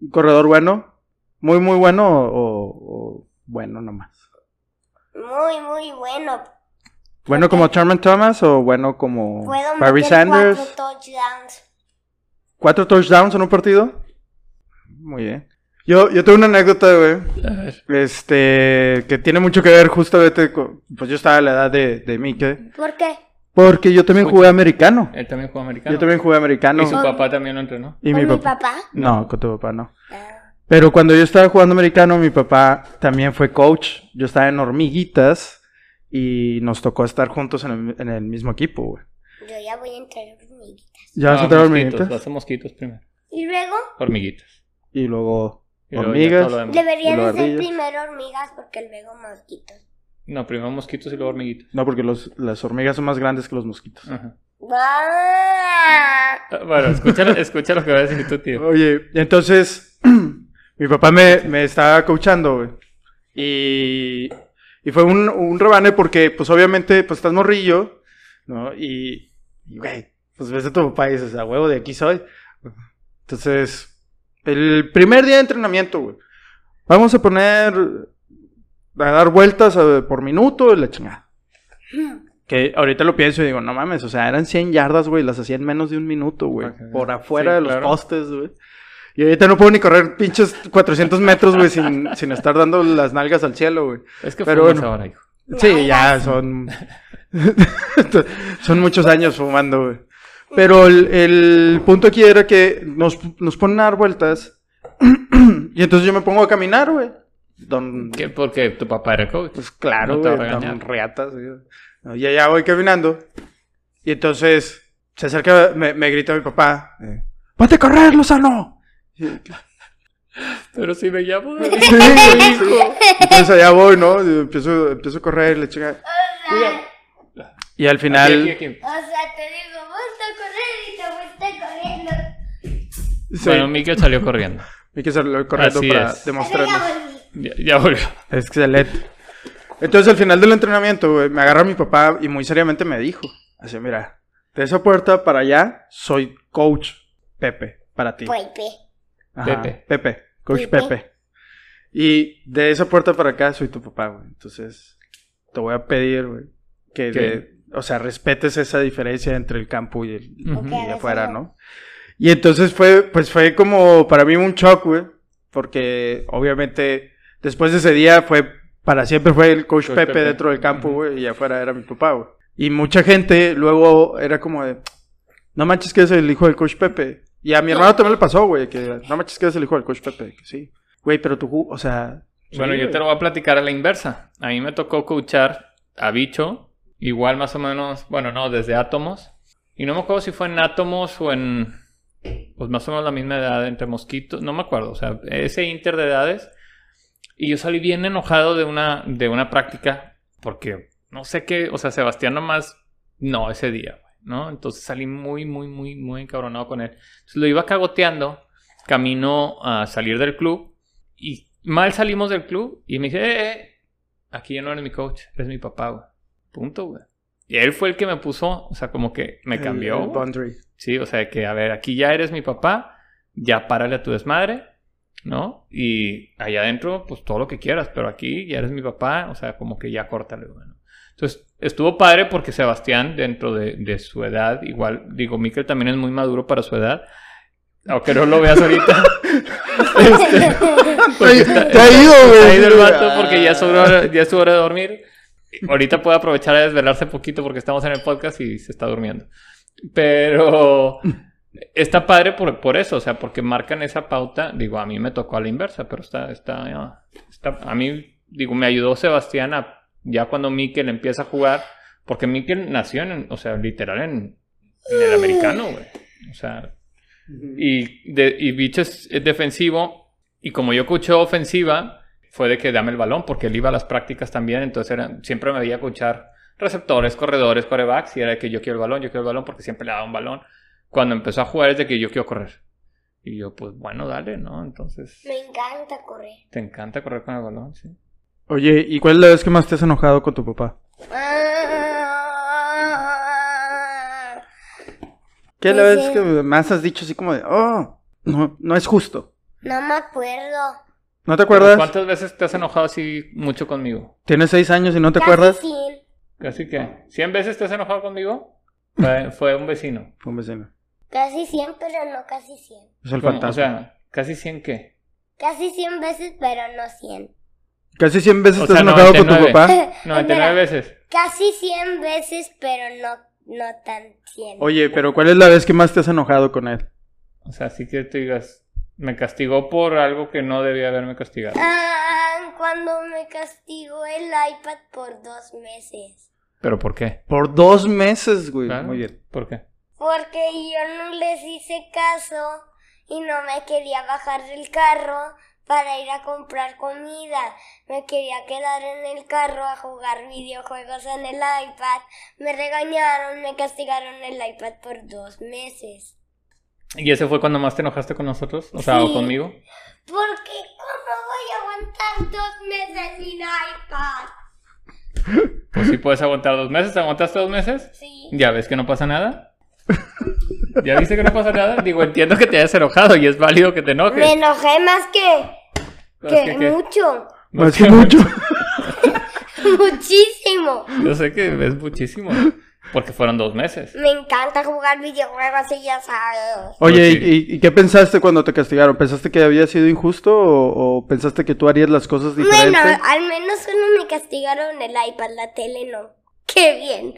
Speaker 2: ¿Un corredor bueno? ¿Muy, muy bueno o, o bueno nomás?
Speaker 3: Muy, muy bueno.
Speaker 2: ¿Bueno como Charman Thomas o bueno como
Speaker 3: Puedo
Speaker 2: Barry
Speaker 3: meter
Speaker 2: Sanders?
Speaker 3: cuatro touchdowns.
Speaker 2: ¿Cuatro touchdowns en un partido? Muy bien. Yo, yo tengo una anécdota, güey.
Speaker 1: A ver.
Speaker 2: Este, que tiene mucho que ver justamente con... Pues yo estaba a la edad de, de Mike.
Speaker 3: ¿Por qué?
Speaker 2: Porque yo también jugué americano.
Speaker 1: Él también jugó americano.
Speaker 2: Yo también jugué americano.
Speaker 1: Y su papá también lo entrenó.
Speaker 2: Y
Speaker 3: ¿Con
Speaker 2: mi
Speaker 3: mi
Speaker 2: papá.
Speaker 3: papá?
Speaker 2: No, con tu papá no.
Speaker 3: Ah,
Speaker 2: Pero cuando yo estaba jugando americano, mi papá también fue coach. Yo estaba en hormiguitas y nos tocó estar juntos en el, en el mismo equipo, güey.
Speaker 3: yo ya voy a entrar en hormiguitas.
Speaker 2: Ya vas a
Speaker 1: No,
Speaker 2: entrar
Speaker 1: Ah, mosquitos,
Speaker 2: a hormiguitas
Speaker 1: Vas a mosquitos primero.
Speaker 3: ¿Y luego?
Speaker 1: Hormiguitas.
Speaker 2: y luego
Speaker 1: Y luego ya
Speaker 2: Hormigas.
Speaker 1: todo lo demás.
Speaker 2: Y
Speaker 3: Deberían
Speaker 2: luego
Speaker 3: de ser
Speaker 2: ardillas.
Speaker 3: primero hormigas porque luego mosquitos.
Speaker 1: No, primero mosquitos y luego hormiguitas.
Speaker 2: No, porque los, las hormigas son más grandes que los mosquitos.
Speaker 1: Ajá.
Speaker 3: ¡Ah!
Speaker 1: Ah, Bueno, escucha, escucha lo que va a decir tu tío.
Speaker 2: Oye, entonces, mi papá me, me estaba coachando, güey. Y, y fue un, un rebane porque, pues obviamente, pues estás morrillo, ¿no? Y, y, güey, pues ves a tu papá y dices, a huevo, de aquí soy. Entonces, el primer día de entrenamiento, güey. Vamos a poner, a dar vueltas eh, por minuto y la chingada. Que ahorita lo pienso y digo, no mames, o sea, eran 100 yardas, güey, las hacía en menos de un minuto, güey.
Speaker 1: Ajá.
Speaker 2: Por afuera
Speaker 1: Sí,
Speaker 2: de los
Speaker 1: claro.
Speaker 2: postes, güey. Y ahorita no puedo ni correr pinches 400 metros, güey, sin, sin estar dando las nalgas al cielo, güey.
Speaker 1: Es que
Speaker 2: Pero
Speaker 1: fumas
Speaker 2: bueno.
Speaker 1: ahora, hijo.
Speaker 2: Sí, ya son. son muchos años fumando, güey. Pero el, el punto aquí era que nos, nos ponen a dar vueltas. y entonces yo me pongo a caminar, güey. Don-
Speaker 1: ¿Qué? Porque tu papá era coach.
Speaker 2: pues claro,
Speaker 1: No te va
Speaker 2: güey,
Speaker 1: a
Speaker 2: tan
Speaker 1: regañar.
Speaker 2: reatas. güey. No, Y allá voy caminando. Y entonces se acerca, me, me grita mi papá. eh, ¡Vete a correr, Lozano! Y-
Speaker 1: Pero si me llamo.
Speaker 2: Sí, sí, sí. Entonces allá voy, ¿no? Y Empiezo, empiezo a correr, le chica. Y al final...
Speaker 1: Aquí, aquí, aquí.
Speaker 3: O sea, te digo, gusta correr y te fuiste corriendo.
Speaker 2: Sí,
Speaker 1: Bueno, Miquel salió corriendo.
Speaker 2: hay que hacerlo corriendo
Speaker 1: Así
Speaker 2: para
Speaker 1: es.
Speaker 2: demostrarnos.
Speaker 3: Venga, bonito.
Speaker 1: Ya, ya volvió.
Speaker 2: Excelente. Entonces, al final del entrenamiento, güey, me agarra mi papá y muy seriamente me dijo, así, mira, de esa puerta para allá, soy coach Pepe, para ti.
Speaker 3: Pepe.
Speaker 2: Ajá,
Speaker 1: Pepe.
Speaker 2: Pepe, coach
Speaker 3: Pepe.
Speaker 2: Pepe. Y de esa puerta para acá, soy tu papá, güey. Entonces, te voy a pedir, güey, que,
Speaker 1: ¿Qué?
Speaker 2: de- o sea, respetes esa diferencia entre el campo y el,
Speaker 1: Ujú.
Speaker 3: Ok.
Speaker 2: y
Speaker 3: Claro,
Speaker 2: afuera,
Speaker 3: sí.
Speaker 2: ¿no? Y entonces fue, pues fue como para mí un shock, güey, porque obviamente después de ese día fue, para siempre fue el coach,
Speaker 1: Coach
Speaker 2: Pepe,
Speaker 1: Pepe.
Speaker 2: dentro del campo,
Speaker 1: Ujú.
Speaker 2: güey, y afuera era mi papá, güey. Y mucha gente luego era como de, no manches que es el hijo del coach Pepe. Y a mi hermano también le pasó, güey, que no manches que es el hijo del coach Pepe, que sí. Güey, pero tú, ju- o sea...
Speaker 1: Bueno,
Speaker 2: sí,
Speaker 1: yo
Speaker 2: güey.
Speaker 1: te lo voy a platicar a la inversa. A mí me tocó coachar a Bicho, igual más o menos, bueno, no, desde Átomos. Y no me acuerdo si fue en Átomos o en, pues más o menos la misma edad, entre mosquitos, no me acuerdo, o sea, ese inter de edades. Y yo salí bien enojado de una, de una práctica, porque no sé qué, o sea, Sebastián nomás, no, ese día, güey, ¿no? Entonces salí muy, muy, muy, muy encabronado con él. Entonces lo iba cagoteando, camino a salir del club. Y mal salimos del club y me dice, eh, eh, aquí ya no eres mi coach, eres mi papá, güey. Punto, güey. Y él fue el que me puso, o sea, como que me
Speaker 2: El-
Speaker 1: cambió.
Speaker 2: el
Speaker 1: güey.
Speaker 2: boundary.
Speaker 1: Sí, o sea, que a ver, aquí ya eres mi papá, ya párale a tu desmadre, ¿no? Y allá adentro, pues todo lo que quieras, pero aquí ya eres mi papá, o sea, como que ya córtale, güey, ¿no? Entonces, estuvo padre porque Sebastián, dentro de, de su edad, igual, digo, Miquel también es muy maduro para su edad, aunque no lo veas ahorita. Este,
Speaker 2: Te- te ha ido, güey. Ah.
Speaker 1: Ahí del vato porque ya es, su hora, ya es su hora de dormir. Ahorita puede aprovechar a desvelarse poquito porque estamos en el podcast y se está durmiendo. Pero está padre por, por eso, o sea, porque marcan esa pauta. Digo, a mí me tocó a la inversa, pero está, está, está- a mí, digo, me ayudó Sebastián a- ya cuando Mikel empieza a jugar, porque Mikel nació en, o sea, literal en, en el americano, güey. O sea, y, de, y Bicho es, es defensivo. Y como yo coaché ofensiva, fue de que dame el balón, porque él iba a las prácticas también. Entonces era, siempre me veía coachar receptores, corredores, corebacks. Y era de que yo quiero el balón, yo quiero el balón, porque siempre le daba un balón. Cuando empezó a jugar es de que yo quiero correr. Y yo, pues bueno, dale, ¿no? Entonces,
Speaker 3: Me encanta correr.
Speaker 1: te encanta correr con el balón, sí.
Speaker 2: Oye, ¿y cuál es la vez que más te has enojado con tu papá?
Speaker 3: Ah.
Speaker 2: ¿Qué es la
Speaker 3: Pues,
Speaker 2: vez
Speaker 3: eh,
Speaker 2: que más has dicho así como de, oh, no, no es justo?
Speaker 3: No me acuerdo.
Speaker 2: ¿No te acuerdas?
Speaker 1: ¿Cuántas veces te has enojado así mucho conmigo?
Speaker 2: Tienes seis años y no te
Speaker 3: Casi
Speaker 2: acuerdas.
Speaker 3: cien.
Speaker 1: Casi que, ¿100 veces te has enojado conmigo? Fue, fue un vecino.
Speaker 2: Fue un vecino.
Speaker 3: Casi 100, pero no casi 100.
Speaker 2: Es el
Speaker 1: ¿Cómo?
Speaker 2: fantasma.
Speaker 1: O sea, ¿casi 100 qué?
Speaker 3: Casi 100 veces, pero no 100.
Speaker 2: Casi 100 veces
Speaker 1: o
Speaker 2: te has
Speaker 1: sea,
Speaker 2: enojado con tu
Speaker 1: 99.
Speaker 2: papá.
Speaker 3: Pues
Speaker 1: 99 veces.
Speaker 3: Casi 100 veces, pero no, no tan 100.
Speaker 2: Oye, pero ¿cuál es la vez que más te has enojado con él?
Speaker 1: O sea, así que tú digas, me castigó por algo que no debía haberme castigado.
Speaker 3: Ah, cuando me castigó el iPad por dos meses.
Speaker 1: ¿Pero por qué?
Speaker 2: Por dos meses, güey.
Speaker 1: Claro,
Speaker 2: Muy bien.
Speaker 1: ¿Ah? ¿Por qué?
Speaker 3: Porque yo no les hice caso y no me quería bajar del carro para ir a comprar comida. Me quería quedar en el carro a jugar videojuegos en el iPad. Me regañaron, me castigaron el iPad por dos meses.
Speaker 1: ¿Y ese fue cuando más te enojaste con nosotros? O sea, o
Speaker 3: Sí.
Speaker 1: conmigo.
Speaker 3: Porque ¿cómo voy a aguantar dos meses sin iPad?
Speaker 1: Pues sí puedes aguantar dos meses. ¿Aguantaste dos meses?
Speaker 3: Sí.
Speaker 1: ¿Ya ves que no pasa nada? ¿Ya viste que no pasa nada? Digo, entiendo que te hayas enojado y es válido que te
Speaker 3: Me
Speaker 1: enojes.
Speaker 3: enojé más que,
Speaker 1: Pues que-
Speaker 3: que
Speaker 1: que- pues
Speaker 3: mucho.
Speaker 2: Más que mucho.
Speaker 3: Muchísimo.
Speaker 1: Yo sé que es muchísimo. Porque fueron dos meses.
Speaker 3: Me encanta jugar videojuegos y ya sabes.
Speaker 2: Oye,
Speaker 1: Pues sí.
Speaker 2: ¿y, y qué pensaste cuando te castigaron? ¿Pensaste que había sido injusto o, o pensaste que tú harías las cosas
Speaker 3: Bueno, ah,
Speaker 2: diferentes?
Speaker 3: al menos solo me castigaron el iPad, la tele no. Qué bien.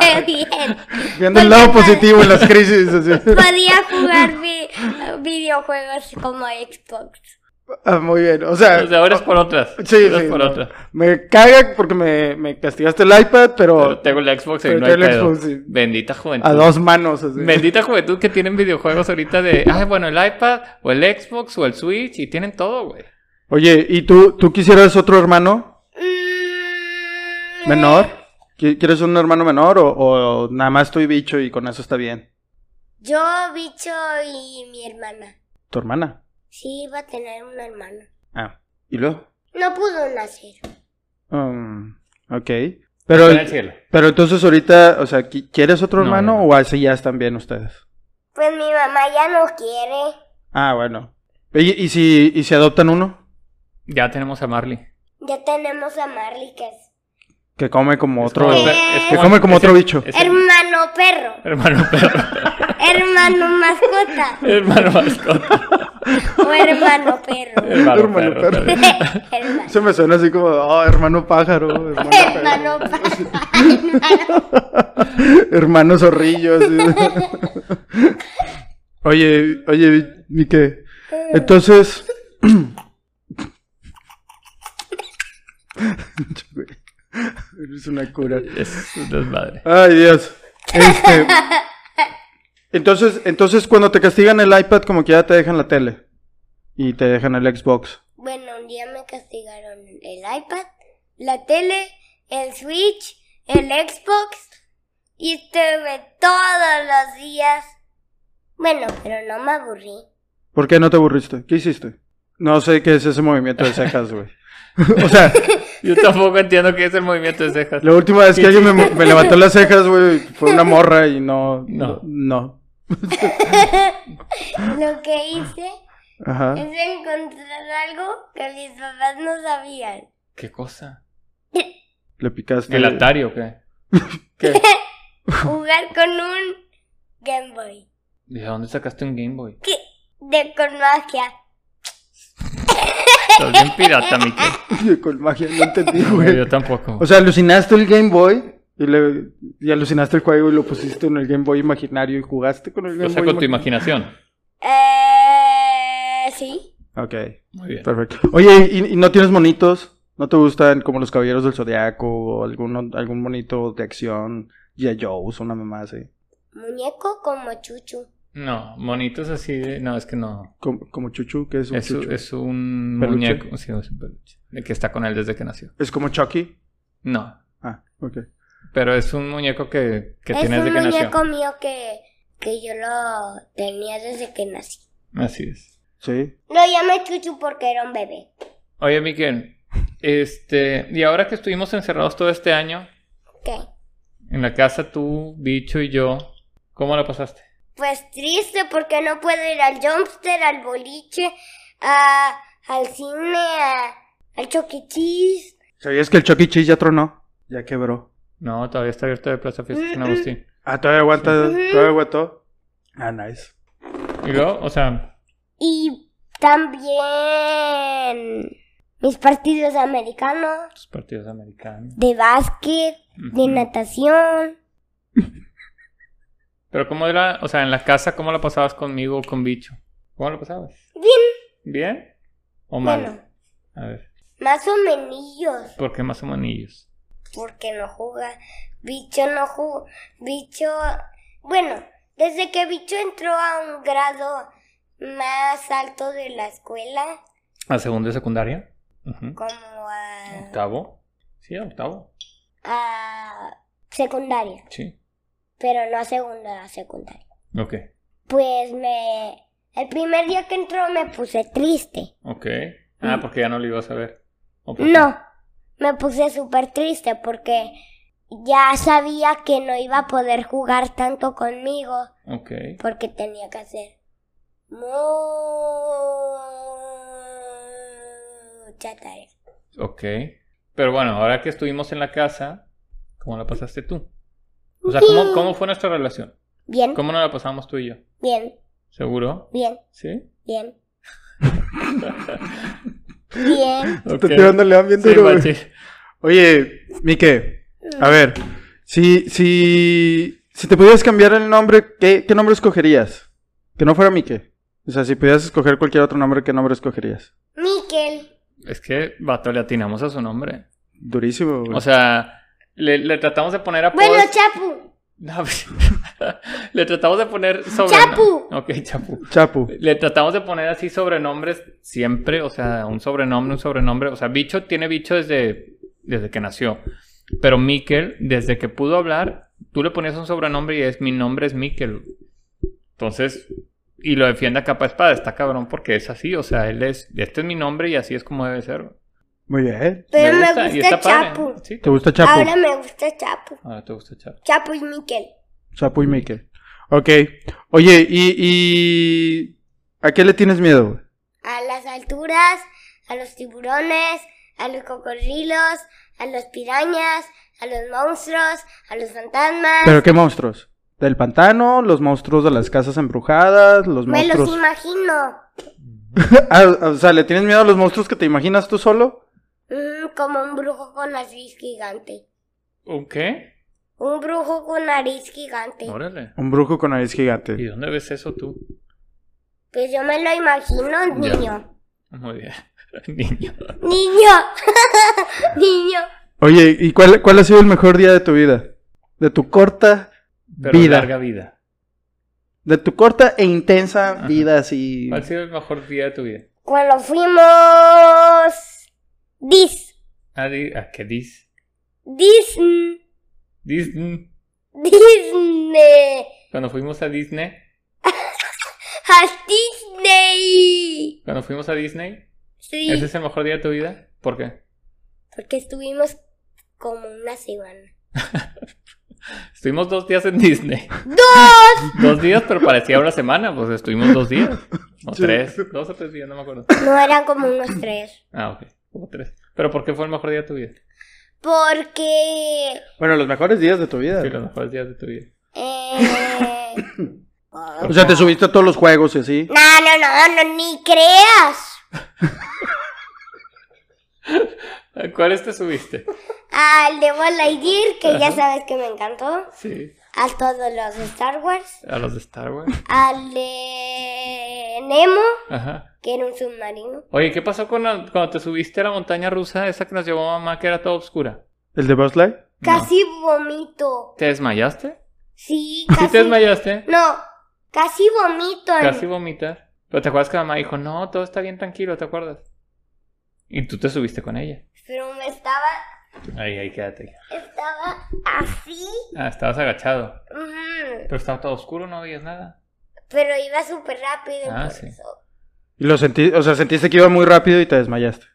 Speaker 3: Qué bien.
Speaker 2: Viendo el
Speaker 3: Porque
Speaker 2: lado
Speaker 3: pod-
Speaker 2: positivo en las crisis. así.
Speaker 3: Podía jugar vi- videojuegos como Xbox.
Speaker 2: Ah, muy bien, o
Speaker 1: O
Speaker 2: sea...
Speaker 1: sea, Pues ahora es por otras.
Speaker 2: Sí,
Speaker 1: Ahora es
Speaker 2: sí,
Speaker 1: por
Speaker 2: no.
Speaker 1: otras.
Speaker 2: Me caga porque me, me castigaste el iPad,
Speaker 1: Pero
Speaker 2: pero,
Speaker 1: tengo el Xbox y
Speaker 2: pero
Speaker 1: no hay
Speaker 2: tengo el
Speaker 1: pedo.
Speaker 2: Xbox, sí.
Speaker 1: Bendita juventud.
Speaker 2: a dos manos. así.
Speaker 1: Bendita juventud que tienen videojuegos ahorita de, ay, bueno, el iPad o el Xbox o el Switch y tienen todo, güey.
Speaker 2: Oye, ¿y tú, tú quisieras otro hermano
Speaker 3: Mm,
Speaker 2: menor? ¿Qui- ¿Quieres un hermano menor o, o nada más estoy bicho y con eso está bien?
Speaker 3: Yo, bicho y mi hermana.
Speaker 2: ¿Tu hermana?
Speaker 3: Sí, iba a tener una hermana.
Speaker 2: Ah, ¿y luego?
Speaker 3: No pudo nacer.
Speaker 2: Mm, ok. Pero,
Speaker 1: Está en el cielo.
Speaker 2: pero entonces ahorita, o sea, ¿qui- ¿quieres otro
Speaker 1: No,
Speaker 2: hermano
Speaker 1: no, no.
Speaker 2: o así ya están bien ustedes?
Speaker 3: Pues mi mamá ya no quiere.
Speaker 2: Ah, bueno. ¿Y, y si, ¿Y si adoptan uno?
Speaker 1: Ya tenemos a Marley.
Speaker 3: Ya tenemos a Marley, que es
Speaker 2: Que come como
Speaker 1: Es
Speaker 2: otro...
Speaker 1: como-
Speaker 3: Eh,
Speaker 1: es
Speaker 2: que come como
Speaker 1: es
Speaker 2: otro
Speaker 1: el-
Speaker 2: bicho.
Speaker 1: es el-
Speaker 3: hermano perro,
Speaker 1: hermano perro.
Speaker 3: hermano mascota
Speaker 1: hermano mascota.
Speaker 3: o hermano perro.
Speaker 1: Hermano,
Speaker 2: Hermano
Speaker 1: perro.
Speaker 2: perro.
Speaker 1: también.
Speaker 3: hermano.
Speaker 2: Se me suena así como, oh, hermano pájaro, hermano,
Speaker 3: Hermano perro.
Speaker 2: hermano zorrillo. así. oye, oye, Mike, entonces... Eres una cura.
Speaker 1: Es un desmadre.
Speaker 2: Ay, Dios. Este, entonces, entonces cuando te castigan el iPad, como que ya te dejan la tele. Y te dejan el Xbox.
Speaker 3: Bueno, un día me castigaron el iPad, la tele, el Switch, el Xbox y estuve todos los días. Bueno, pero no me aburrí.
Speaker 2: ¿Por qué no te aburriste? ¿Qué hiciste? No sé qué es ese movimiento de cejas, güey. o sea,
Speaker 1: Yo tampoco entiendo qué es el movimiento de cejas.
Speaker 2: la última vez que alguien me, me levantó las cejas, güey, fue una morra y no.
Speaker 1: No.
Speaker 2: No.
Speaker 3: Lo que hice
Speaker 2: Ajá.
Speaker 3: es encontrar algo que mis papás no sabían.
Speaker 1: ¿Qué cosa?
Speaker 2: Le picaste.
Speaker 1: ¿El Atari o qué? ¿Qué?
Speaker 3: Jugar con un Game Boy.
Speaker 1: ¿De dónde sacaste un Game Boy?
Speaker 3: ¿Qué? De con magia.
Speaker 1: Estás bien pirata, Miquel.
Speaker 2: Con magia, no entendí,
Speaker 1: No,
Speaker 2: güey.
Speaker 1: Yo tampoco.
Speaker 2: Pues, O sea, alucinaste el Game Boy y, le, y alucinaste el juego y lo pusiste en el Game Boy imaginario y jugaste con el Game
Speaker 1: O sea,
Speaker 2: Boy.
Speaker 1: con tu imaginación.
Speaker 3: Eh, sí.
Speaker 2: imaginario. Ok,
Speaker 1: Muy bien.
Speaker 2: perfecto. Oye, ¿y, y no tienes monitos? ¿No te gustan como los Caballeros del Zodiaco o alguno, algún monito de acción? Ya Joe's, una mamá así.
Speaker 3: Muñeco como chuchu.
Speaker 1: No, monitos así de... No, es que no.
Speaker 2: Como, como Chuchu, que es un
Speaker 1: Es,
Speaker 2: Chuchu. Es...
Speaker 1: es un
Speaker 2: ¿Peluche?
Speaker 1: muñeco. Sí, es un peluche. El que está con él desde que nació.
Speaker 2: como Chucky.
Speaker 1: No.
Speaker 2: Ah, ok.
Speaker 1: Pero es un muñeco que, que
Speaker 3: es
Speaker 1: tiene
Speaker 3: un
Speaker 1: desde que
Speaker 3: muñeco
Speaker 1: nació.
Speaker 3: mío que, que yo lo tenía desde que nací.
Speaker 1: Así es.
Speaker 2: Sí.
Speaker 3: Lo llamé chuchu porque era un bebé.
Speaker 1: Oye, Miquel. Este... Y ahora que estuvimos encerrados todo este año...
Speaker 3: ¿Qué?
Speaker 1: En la casa tú, Bicho y yo... ¿Cómo la pasaste?
Speaker 3: Pues triste porque no puedo ir al jumpster, al boliche, a, al cine, a- al E. choquichis.
Speaker 2: ¿Sabías que el Chucky Cheese ya tronó? Ya quebró.
Speaker 1: No, todavía está abierta de Plaza Fiesta San Agustín.
Speaker 2: Ah, todavía aguanta, todavía aguantó. Ah, nice.
Speaker 1: Y luego, o sea...
Speaker 3: Y también mis partidos americanos,
Speaker 1: Los partidos americanos.
Speaker 3: de básquet, de
Speaker 1: Ujú.
Speaker 3: natación.
Speaker 1: Pero cómo era, o sea, en la casa, ¿cómo la pasabas conmigo o con bicho? ¿Cómo la pasabas?
Speaker 3: Bien.
Speaker 1: ¿Bien? ¿O mal?
Speaker 3: Bueno,
Speaker 1: A ver,
Speaker 3: más o menos,
Speaker 1: ¿por qué más o menos?
Speaker 3: porque no juega. Bicho no juega. Bicho. Bueno, desde que Bicho entró a un grado más alto de la escuela,
Speaker 1: a segundo de secundaria. Ujú.
Speaker 3: como a,
Speaker 1: Octavo. Sí, a octavo.
Speaker 3: a secundaria,
Speaker 1: Sí.
Speaker 3: pero no a segunda, a secundaria.
Speaker 1: Ok.
Speaker 3: Pues me... El primer día que entró me puse triste.
Speaker 1: Ok. Ah, porque ya no lo ibas a ver. ¿O por qué?
Speaker 3: No, me puse súper triste porque ya sabía que no iba a poder jugar tanto conmigo
Speaker 1: Ok.
Speaker 3: porque tenía que hacer mucha tarea.
Speaker 1: Ok. Pero bueno, ahora que estuvimos en la casa, ¿cómo la pasaste tú? O sea, ¿cómo, cómo fue nuestra relación?
Speaker 3: Bien,
Speaker 1: ¿Cómo nos la pasamos tú y yo?
Speaker 3: bien,
Speaker 1: ¿Seguro?
Speaker 3: bien,
Speaker 1: ¿Sí?
Speaker 3: bien. bien.
Speaker 1: Ok.
Speaker 2: Está tirándole a bien
Speaker 1: Sí,
Speaker 2: duro, güey.
Speaker 1: Bachi.
Speaker 2: Oye, Mike, a ver, si, si, si te pudieras cambiar el nombre, ¿qué, qué nombre escogerías? Que no fuera Mike. O sea, si pudieras escoger cualquier otro nombre, ¿qué nombre escogerías?
Speaker 3: Miquel,
Speaker 1: Es que, vato, le atinamos a su nombre.
Speaker 2: Durísimo, güey.
Speaker 1: O sea, le, le tratamos de poner apodos.
Speaker 3: bueno, Chapu,
Speaker 1: No, pues, le tratamos de poner sobre.
Speaker 3: Chapu.
Speaker 1: Ok, Chapu.
Speaker 2: Chapu.
Speaker 1: Le tratamos de poner así sobrenombres siempre, o sea, un sobrenombre, un sobrenombre. O sea, bicho tiene bicho desde, desde que nació. Pero Miquel, desde que pudo hablar, tú le ponías un sobrenombre y es mi nombre es Miquel. Entonces, y lo defiende a capa de espada, está cabrón porque es así, o sea, él es, este es mi nombre y así es como debe ser.
Speaker 2: Muy bien.
Speaker 3: pero me gusta,
Speaker 1: y está padre.
Speaker 3: Chapu.
Speaker 1: Sí,
Speaker 2: ¿Te gusta Chapu?
Speaker 3: Ahora me gusta Chapu.
Speaker 1: ahora te gusta Chapu.
Speaker 3: Chapu y Miquel.
Speaker 2: Chapu y Mike. Ok. Oye, ¿y, y a qué le tienes miedo, güey?
Speaker 3: A las alturas, a los tiburones, a los cocodrilos, a los pirañas, a los monstruos, a los fantasmas.
Speaker 2: ¿Pero qué monstruos? ¿Del pantano? ¿Los monstruos de las casas embrujadas? ¿Los
Speaker 3: me los
Speaker 2: monstruos...?
Speaker 3: imagino.
Speaker 2: Ah, o sea, ¿le tienes miedo a los monstruos que te imaginas tú solo?
Speaker 3: Mm, como un brujo con nariz gigante.
Speaker 1: ¿Un qué?
Speaker 3: Un brujo con nariz gigante.
Speaker 1: Órale.
Speaker 2: Un brujo con nariz
Speaker 1: ¿Y
Speaker 2: gigante.
Speaker 1: dónde ves eso tú?
Speaker 3: Pues yo me lo imagino, niño.
Speaker 1: Muy bien. Niño.
Speaker 3: Niño. niño.
Speaker 2: Oye, ¿y cuál, cuál ha sido el mejor día de tu vida? De tu corta
Speaker 1: Pero
Speaker 2: vida.
Speaker 1: larga vida.
Speaker 2: De tu corta e intensa
Speaker 1: Ajá.
Speaker 2: vida, así...
Speaker 1: ¿Cuál ha sido el mejor día de tu vida?
Speaker 3: Cuando fuimos... Dis.
Speaker 1: Ah, di- ah, ¿qué dis?
Speaker 3: Disney.
Speaker 1: Disney.
Speaker 3: Disney.
Speaker 1: Cuando fuimos a Disney.
Speaker 3: A Disney.
Speaker 1: Cuando fuimos a Disney.
Speaker 3: Sí.
Speaker 1: ¿Ese es el mejor día de tu vida? ¿Por qué?
Speaker 3: Porque estuvimos como una semana.
Speaker 1: Estuvimos dos días en Disney. ¡Dos! dos días, pero parecía una semana. Pues estuvimos dos días. O
Speaker 2: Sí.
Speaker 1: tres. Dos o tres días, no me acuerdo.
Speaker 3: No eran como unos tres.
Speaker 1: Ah, ok. Como tres. ¿Pero por qué fue el mejor día de tu vida?
Speaker 3: Porque...
Speaker 2: Bueno, los mejores días de tu vida.
Speaker 1: Sí, los mejores días de tu vida.
Speaker 3: Eh...
Speaker 2: O sea, te subiste a todos los juegos y así.
Speaker 3: No, no, no, no, ni creas.
Speaker 1: ¿A ¿Cuáles te subiste?
Speaker 3: Al de Buzz Lightyear, que ya sabes que me encantó.
Speaker 1: Sí.
Speaker 3: A todos los Star Wars.
Speaker 1: A los de Star Wars.
Speaker 3: Al de Nemo,
Speaker 1: Ajá.
Speaker 3: que era un submarino.
Speaker 1: Oye, ¿qué pasó con la- cuando te subiste a la montaña rusa esa que nos llevó mamá que era toda oscura?
Speaker 2: ¿El de Buzz Light?
Speaker 3: Casi vomito.
Speaker 1: ¿Te desmayaste?
Speaker 3: Sí,
Speaker 1: ¿Sí
Speaker 3: casi.
Speaker 1: te desmayaste?
Speaker 3: No, casi vomito. en-
Speaker 1: Casi vomitas. Pero te acuerdas que mamá dijo, no, todo está bien tranquilo, ¿te acuerdas? Y tú te subiste con ella.
Speaker 3: Pero me estaba
Speaker 1: Ahí, ahí, quédate.
Speaker 3: Estaba así,
Speaker 1: Ah, estabas agachado.
Speaker 3: ujú,
Speaker 1: Pero estaba todo oscuro, no veías nada.
Speaker 3: pero iba súper rápido.
Speaker 1: Ah,
Speaker 3: por
Speaker 1: sí.
Speaker 3: eso.
Speaker 2: Y lo sentí, o sea, sentiste que iba muy rápido y te desmayaste.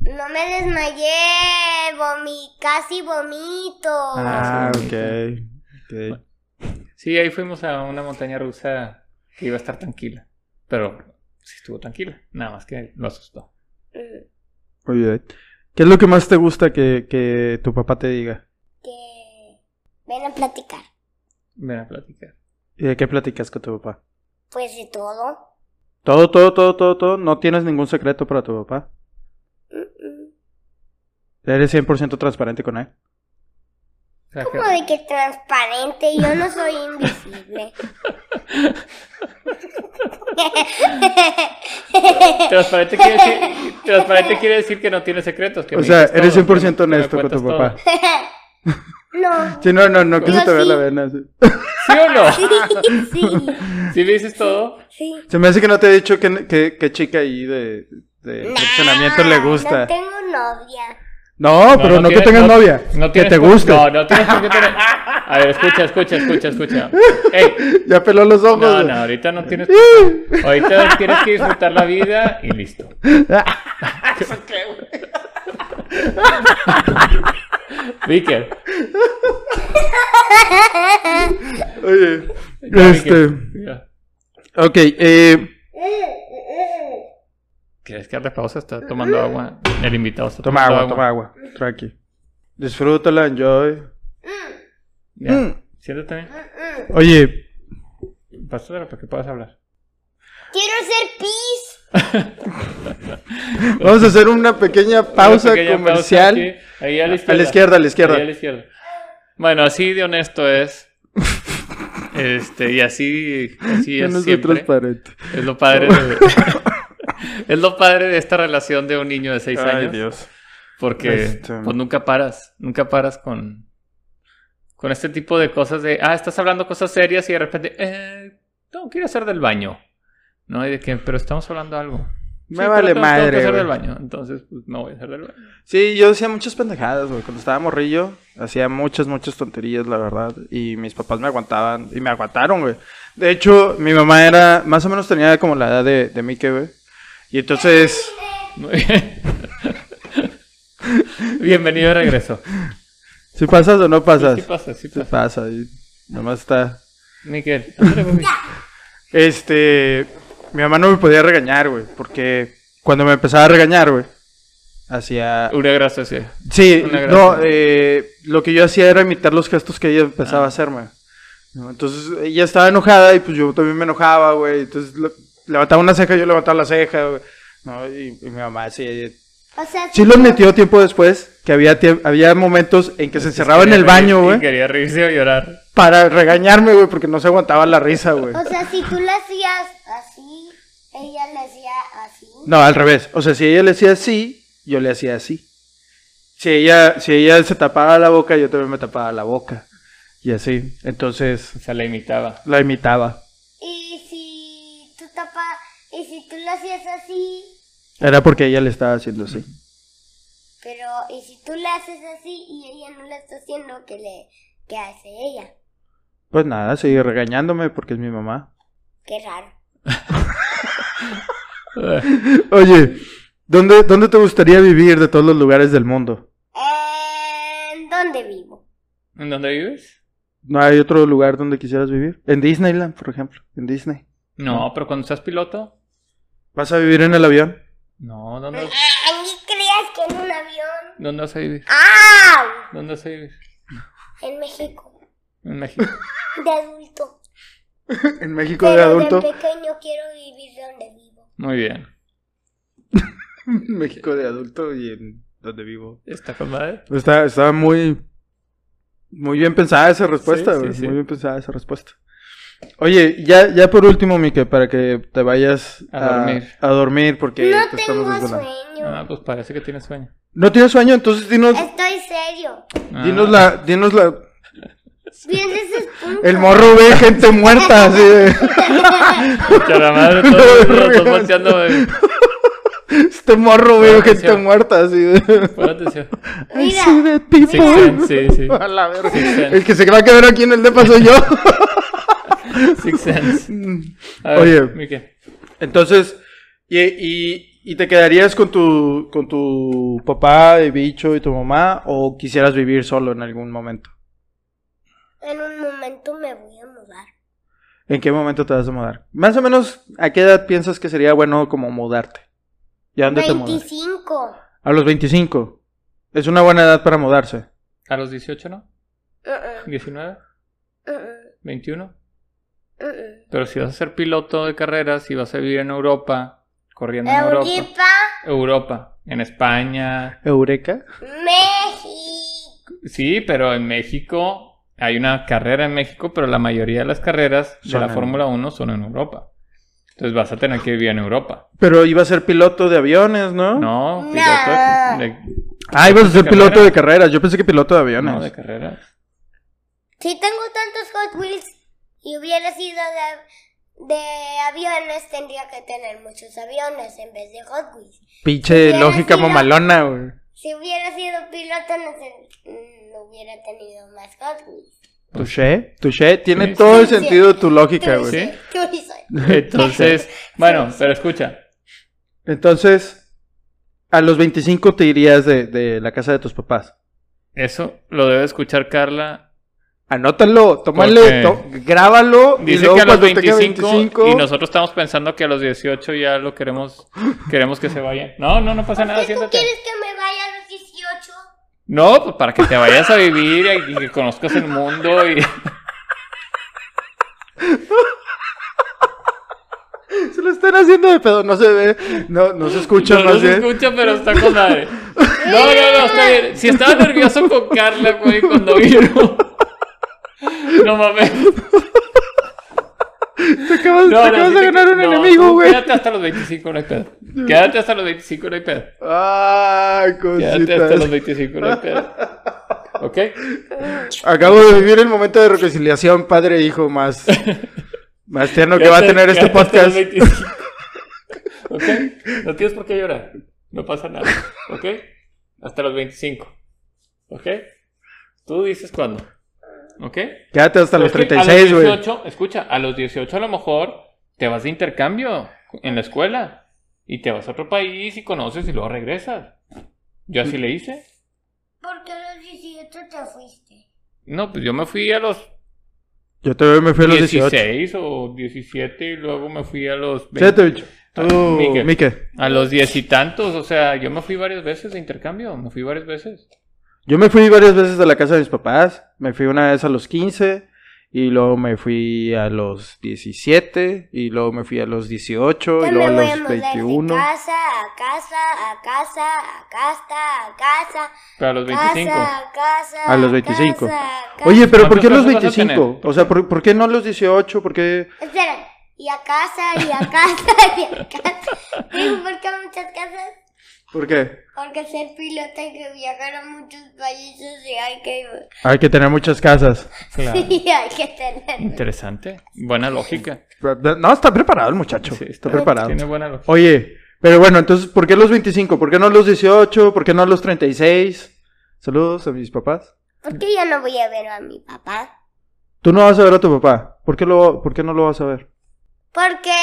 Speaker 3: No me desmayé, vomi, casi vomito.
Speaker 1: Ah,
Speaker 2: Ah,
Speaker 1: sí,
Speaker 2: ok. ok.
Speaker 1: Sí, ahí fuimos a una montaña rusa que iba a estar tranquila. Pero sí estuvo tranquila. Nada más que lo asustó.
Speaker 3: Mm,
Speaker 2: Muy bien. ¿Qué es lo que más te gusta que, que tu papá te diga?
Speaker 3: Que ven a platicar,
Speaker 1: Ven a platicar.
Speaker 2: ¿Y de qué platicas con tu papá?
Speaker 3: pues de todo.
Speaker 2: Todo, todo, todo, todo, todo. No tienes ningún secreto para tu papá.
Speaker 3: Mm, mm.
Speaker 2: Eres 100% transparente con él.
Speaker 1: O sea,
Speaker 3: Como de que transparente, yo no soy invisible.
Speaker 1: Transparente quiere decir, transparente quiere decir que no tiene secretos. Que
Speaker 2: O
Speaker 1: me
Speaker 2: sea,
Speaker 1: dices
Speaker 2: eres
Speaker 1: todo,
Speaker 2: 100%
Speaker 1: que me- que me
Speaker 2: honesto con tu
Speaker 1: cuentas
Speaker 2: papá.
Speaker 1: todo.
Speaker 3: no.
Speaker 2: Sí, no, no, no, que
Speaker 3: Digo,
Speaker 2: se te vea
Speaker 3: sí.
Speaker 2: la vena. sí.
Speaker 1: ¿Sí o no?
Speaker 3: sí,
Speaker 1: ¿Sí me dices todo?
Speaker 3: sí.
Speaker 2: Se me hace que no te he dicho qué, qué- qué chica ahí de, de fraccionamiento le gusta.
Speaker 3: No tengo novia.
Speaker 2: No, pero no, que
Speaker 1: tienes-
Speaker 2: tengas novia.
Speaker 1: no
Speaker 2: que
Speaker 1: tienes
Speaker 2: te
Speaker 1: por-
Speaker 2: guste.
Speaker 1: No, no tienes por qué tener. A ver, escucha, escucha, escucha, escucha. Ey,
Speaker 2: Ya peló los ojos.
Speaker 1: no,
Speaker 2: güey.
Speaker 1: no, ahorita no tienes. Ahorita tienes que disfrutar la vida y listo. Vicker,
Speaker 2: Oye,
Speaker 1: ya,
Speaker 2: este.
Speaker 1: Vicker, ya.
Speaker 2: Ok, eh,
Speaker 1: ¿Quieres que darle pausa? Está tomando agua. El invitado está
Speaker 2: toma
Speaker 1: tomando
Speaker 2: agua, toma agua. Tranqui. Disfrútala, enjoy.
Speaker 1: Ya.
Speaker 2: Mm.
Speaker 1: Siéntate bien.
Speaker 3: mm.
Speaker 2: Oye,
Speaker 1: Pásatela para que puedas hablar.
Speaker 3: Quiero ser pis.
Speaker 2: vamos a hacer una pequeña pausa
Speaker 1: Una pequeña pausa
Speaker 2: comercial.
Speaker 1: aquí. Ahí a la izquierda.
Speaker 2: a la izquierda, a la izquierda.
Speaker 1: Ahí a la izquierda. Bueno, así de honesto es. Este, y así, así
Speaker 2: Ya
Speaker 1: es
Speaker 2: no soy
Speaker 1: siempre.
Speaker 2: transparente.
Speaker 1: Es lo padre de, Es lo padre de esta relación de un niño de seis
Speaker 2: Ay,
Speaker 1: años.
Speaker 2: Dios.
Speaker 1: Porque
Speaker 2: Este.
Speaker 1: pues nunca paras, nunca paras con, con este tipo de cosas de, ah, estás hablando cosas serias y de repente, eh, no, quiero hacer del baño. No, y de que, pero estamos hablando algo. "Sí,
Speaker 2: Me
Speaker 1: pero
Speaker 2: vale
Speaker 1: tengo- tengo que
Speaker 2: madre.
Speaker 1: hacer
Speaker 2: güey.
Speaker 1: del baño, entonces pues no voy a hacer del baño.
Speaker 2: Sí, yo hacía muchas pendejadas, güey. Cuando estaba morrillo, hacía muchas, muchas tonterías, la verdad. Y mis papás me aguantaban. Y me aguantaron, güey. De hecho, mi mamá era... Más o menos tenía como la edad de, de Mike, güey. Y entonces...
Speaker 1: Muy bien. Bienvenido de regreso.
Speaker 2: ¿Si pasas o no pasas?
Speaker 1: Sí pasa, sí
Speaker 2: Sí
Speaker 1: pasa.
Speaker 2: pasa. Y nomás está...
Speaker 1: Miguel, ándale, papi.
Speaker 2: Este... Mi mamá no me podía regañar, güey. Porque cuando me empezaba a regañar, güey... Hacía...
Speaker 1: Una gracia, sí.
Speaker 2: Sí,
Speaker 1: Una gracia.
Speaker 2: no, eh, lo que yo hacía era imitar los gestos que ella empezaba
Speaker 1: Ah.
Speaker 2: a hacerme. ¿no? Entonces ella estaba enojada y pues yo también me enojaba, güey. Entonces lo- levantaba una ceja, yo levantaba la ceja, güey. ¿no? Y, y mi mamá sí. ella-
Speaker 3: O sea,
Speaker 2: Sí los metió tiempo después, que había, tie- había momentos en que se encerraba en el
Speaker 1: Quería reír
Speaker 2: baño,
Speaker 1: y
Speaker 2: güey,
Speaker 1: Quería reírse o llorar.
Speaker 2: para regañarme, güey, porque no se aguantaba la risa, güey.
Speaker 3: O sea, si tú la hacías así, ella le hacía así.
Speaker 2: No, al revés. O sea, si ella le hacía así, yo le hacía así. Si ella, si ella se tapaba la boca, yo también me tapaba la boca. Y así. Entonces,
Speaker 1: O sea, la imitaba.
Speaker 2: La imitaba.
Speaker 3: Y si tú tapa, y si tú la hacías así,
Speaker 2: Era porque ella le estaba haciendo así.
Speaker 3: pero y si tú la haces así y ella no la está haciendo, ¿qué le, qué hace ella?
Speaker 2: Pues nada, sigue regañándome porque es mi mamá.
Speaker 3: Qué raro.
Speaker 2: Oye, ¿dónde, ¿dónde te gustaría vivir de todos los lugares del mundo?
Speaker 3: ¿En dónde vivo?
Speaker 1: ¿En dónde vives?
Speaker 2: ¿No hay otro lugar donde quisieras vivir? En Disneyland, por ejemplo. En Disney.
Speaker 1: No, pero cuando estás piloto.
Speaker 2: ¿Vas a vivir en el avión?
Speaker 1: No, ¿dónde,
Speaker 3: Ah, ¿y creías que en un avión?
Speaker 1: dónde vas a vivir?
Speaker 3: ¡Ah!
Speaker 1: ¿Dónde vas a vivir?
Speaker 3: En México,
Speaker 1: En México.
Speaker 3: de adulto.
Speaker 2: En México de
Speaker 3: Pero
Speaker 2: adulto.
Speaker 3: de pequeño quiero vivir donde vivo.
Speaker 1: Muy bien.
Speaker 2: En México de adulto y en donde vivo.
Speaker 1: ¿Está con madre?
Speaker 2: Está, está muy, muy bien pensada esa respuesta,
Speaker 1: Sí, sí,
Speaker 2: güey,
Speaker 1: sí.
Speaker 2: muy bien pensada esa respuesta. Oye, ya, ya por último, Mike, para que te vayas
Speaker 1: A dormir.
Speaker 2: a dormir porque
Speaker 3: no
Speaker 2: te
Speaker 3: tengo
Speaker 2: estamos desvelando.
Speaker 3: sueño.
Speaker 1: Ah, pues parece que tienes sueño.
Speaker 2: ¿No tienes sueño? Entonces dinos,
Speaker 3: Estoy serio.
Speaker 1: Ah,
Speaker 2: dinos la, dinos la,
Speaker 3: Bien despunto.
Speaker 2: el morro ve gente muerta, así de,
Speaker 1: pucha, la madre, todos, todos, todos volteando, güey.
Speaker 2: este morro ve
Speaker 1: Pon
Speaker 2: gente
Speaker 1: atención.
Speaker 2: muerta, así de,
Speaker 1: Pon atención.
Speaker 3: Mira,
Speaker 2: así de tipo.
Speaker 1: Six Sense, sí, sí.
Speaker 2: A la verga.
Speaker 1: Six Sense.
Speaker 2: El que se va a quedar aquí en el depa soy yo.
Speaker 1: Six Sense. A
Speaker 2: Oye.
Speaker 1: ver, Miquel.
Speaker 2: Entonces, y, y- y te quedarías con tu, con tu papá de bicho y tu mamá o quisieras vivir solo en algún momento?
Speaker 3: en un momento me voy a mudar.
Speaker 2: ¿En qué momento te vas a mudar? Más o menos, ¿a qué edad piensas que sería bueno como mudarte? ¿Y a dónde te mudas?
Speaker 3: 25.
Speaker 2: A los 25. Es una buena edad para mudarse.
Speaker 1: A los 18, ¿no?
Speaker 3: Uh-uh,
Speaker 1: 19,
Speaker 3: uh-uh,
Speaker 1: 21.
Speaker 3: uh-uh.
Speaker 1: Pero si vas a ser piloto de carreras, si vas a vivir en Europa, corriendo en Europa.
Speaker 3: Europa,
Speaker 1: Europa, en España.
Speaker 2: ¿Eureka?
Speaker 3: México.
Speaker 1: Sí, pero en México hay una carrera en México, pero la mayoría de las carreras de
Speaker 2: Son
Speaker 1: la
Speaker 2: en-
Speaker 1: Fórmula 1 son en Europa. Entonces vas a tener que vivir en Europa.
Speaker 2: Pero iba a ser piloto de aviones, ¿no?
Speaker 1: No,
Speaker 3: No.
Speaker 1: piloto de,
Speaker 2: Ah, ibas a ser
Speaker 1: ¿De
Speaker 2: piloto
Speaker 1: carreras?
Speaker 2: de carreras. Yo pensé que piloto de aviones.
Speaker 1: no, de carreras.
Speaker 3: Si tengo tantos Hot Wheels y hubiera sido de, De aviones tendría que tener muchos aviones en vez de Hot Wheels.
Speaker 2: Pinche
Speaker 3: Hubiera
Speaker 2: lógica
Speaker 3: sido-
Speaker 2: mamalona, güey.
Speaker 3: Si hubiera sido piloto no, se- no hubiera tenido más Hot Wheels.
Speaker 2: Touché, touché. Tiene
Speaker 1: Sí.
Speaker 2: todo el
Speaker 3: Sí.
Speaker 2: sentido tu lógica,
Speaker 3: Tú
Speaker 2: güey.
Speaker 1: Sí.
Speaker 3: y soy- tú y soy.
Speaker 1: Entonces, bueno, pero escucha.
Speaker 2: Entonces, a los 25 te irías de, de la casa de tus papás.
Speaker 1: Eso lo debe escuchar Carla.
Speaker 2: Anótalo,
Speaker 1: Porque-
Speaker 2: tómale, to- grábalo. y
Speaker 1: Dice
Speaker 2: luego
Speaker 1: que a los
Speaker 2: cuando tenga
Speaker 1: 25, y nosotros estamos pensando que a los 18 ya lo queremos queremos que se vaya. No, no, no pasa
Speaker 3: ¿Por
Speaker 1: nada,
Speaker 3: qué tú
Speaker 1: Ah, siéntate.
Speaker 3: quieres que me vaya a los 18?
Speaker 1: No, pues para que te vayas a vivir y, y que conozcas el mundo y
Speaker 2: Se lo están haciendo de pedo, no se ve, no, no se escucha
Speaker 1: no
Speaker 2: más
Speaker 1: los
Speaker 2: bien.
Speaker 1: escucha, pero está con madre. No, no, no, está bien. Si estaba nervioso con Carla, güey, cuando vino. No mames.
Speaker 2: Te acabas, te acabas de
Speaker 1: sí te-
Speaker 2: ganar un
Speaker 1: no,
Speaker 2: enemigo,
Speaker 1: tú
Speaker 2: güey.
Speaker 1: Quédate hasta los 25, no hay pedo. Quédate hasta los 25, no hay pedo.
Speaker 2: Ah,
Speaker 1: Quédate hasta los
Speaker 2: cositas.
Speaker 1: 25, no hay pedo. ¿Ok?
Speaker 2: Acabo de vivir el momento de reconciliación padre e hijo más, más tierno que va a
Speaker 1: Quédate-
Speaker 2: tener este
Speaker 1: quédate hasta
Speaker 2: podcast.
Speaker 1: los 25. ¿Ok? No tienes por qué llorar. No pasa nada. ¿Ok? Hasta los 25. ¿Ok? Tú dices cuándo. ¿Ok?
Speaker 2: Quédate hasta los
Speaker 1: Es que a
Speaker 2: 36, güey.
Speaker 1: 18, Escucha, a los 18 a lo mejor te vas de intercambio en la escuela y te vas a otro país y conoces y luego regresas. Yo así le hice.
Speaker 3: Porque a los 18 te fuiste.
Speaker 1: No, pues yo me fui a los
Speaker 2: Yo todavía me fui a los 18.
Speaker 1: 16 o 17 y luego me fui a los 20.
Speaker 2: Siete, bicho. Tú,
Speaker 1: Mike.
Speaker 2: Mike.
Speaker 1: A los diez y tantos, o sea, yo me fui varias veces de intercambio, me fui varias veces.
Speaker 2: Yo me fui varias veces a la casa de mis papás. Me fui una vez a los 15 y luego me fui a los 17 y luego me fui a los 18
Speaker 3: Ya
Speaker 2: y
Speaker 3: me
Speaker 2: luego a
Speaker 3: voy a
Speaker 2: los
Speaker 3: mudar
Speaker 2: 21.
Speaker 3: de casa, a casa, a casa, a casa, a casa,
Speaker 1: Pero a los 25.
Speaker 3: casa, a casa.
Speaker 2: A los 25.
Speaker 3: casa, a casa.
Speaker 2: Oye, pero ¿por qué a los
Speaker 1: ¿Cuántos años vas a
Speaker 2: 25? O sea, ¿por, por qué no a los 18? ¿Por qué?
Speaker 3: Espera, y a casa, y a casa, y a casa. Digo, ¿por qué a muchas casas?
Speaker 2: ¿Por qué?
Speaker 3: Porque ser piloto hay que viajar a muchos países y hay que,
Speaker 2: Hay que tener muchas casas.
Speaker 1: Claro.
Speaker 3: y hay que tener.
Speaker 1: Interesante, buena lógica.
Speaker 2: No, está preparado el muchacho.
Speaker 1: Sí,
Speaker 2: está preparado.
Speaker 1: Tiene buena lógica.
Speaker 2: Oye, pero bueno, entonces, ¿por qué los 25? ¿Por qué no los 18? ¿Por qué no los 36? Saludos a mis papás.
Speaker 3: ¿Por qué yo no voy a ver a mi papá?
Speaker 2: Tú no vas a ver a tu papá. ¿Por qué, lo, ¿por qué no lo vas a ver?
Speaker 3: Porque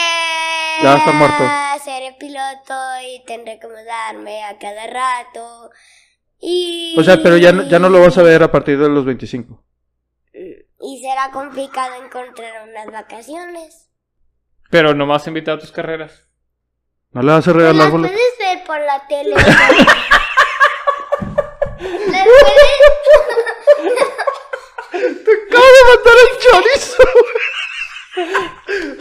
Speaker 2: Ya está muerto.
Speaker 3: seré piloto y tendré que mudarme a cada rato. Y...
Speaker 2: O sea, pero ya, no- ya no lo vas a ver a partir de los 25.
Speaker 3: Y será complicado encontrar unas vacaciones.
Speaker 1: Pero nomás invitado a tus carreras.
Speaker 2: ¿No le vas a
Speaker 3: Las
Speaker 2: regalar boletos?
Speaker 3: puedes ver por la tele. Las puedes...
Speaker 2: ¡Acabo de matar el chorizo!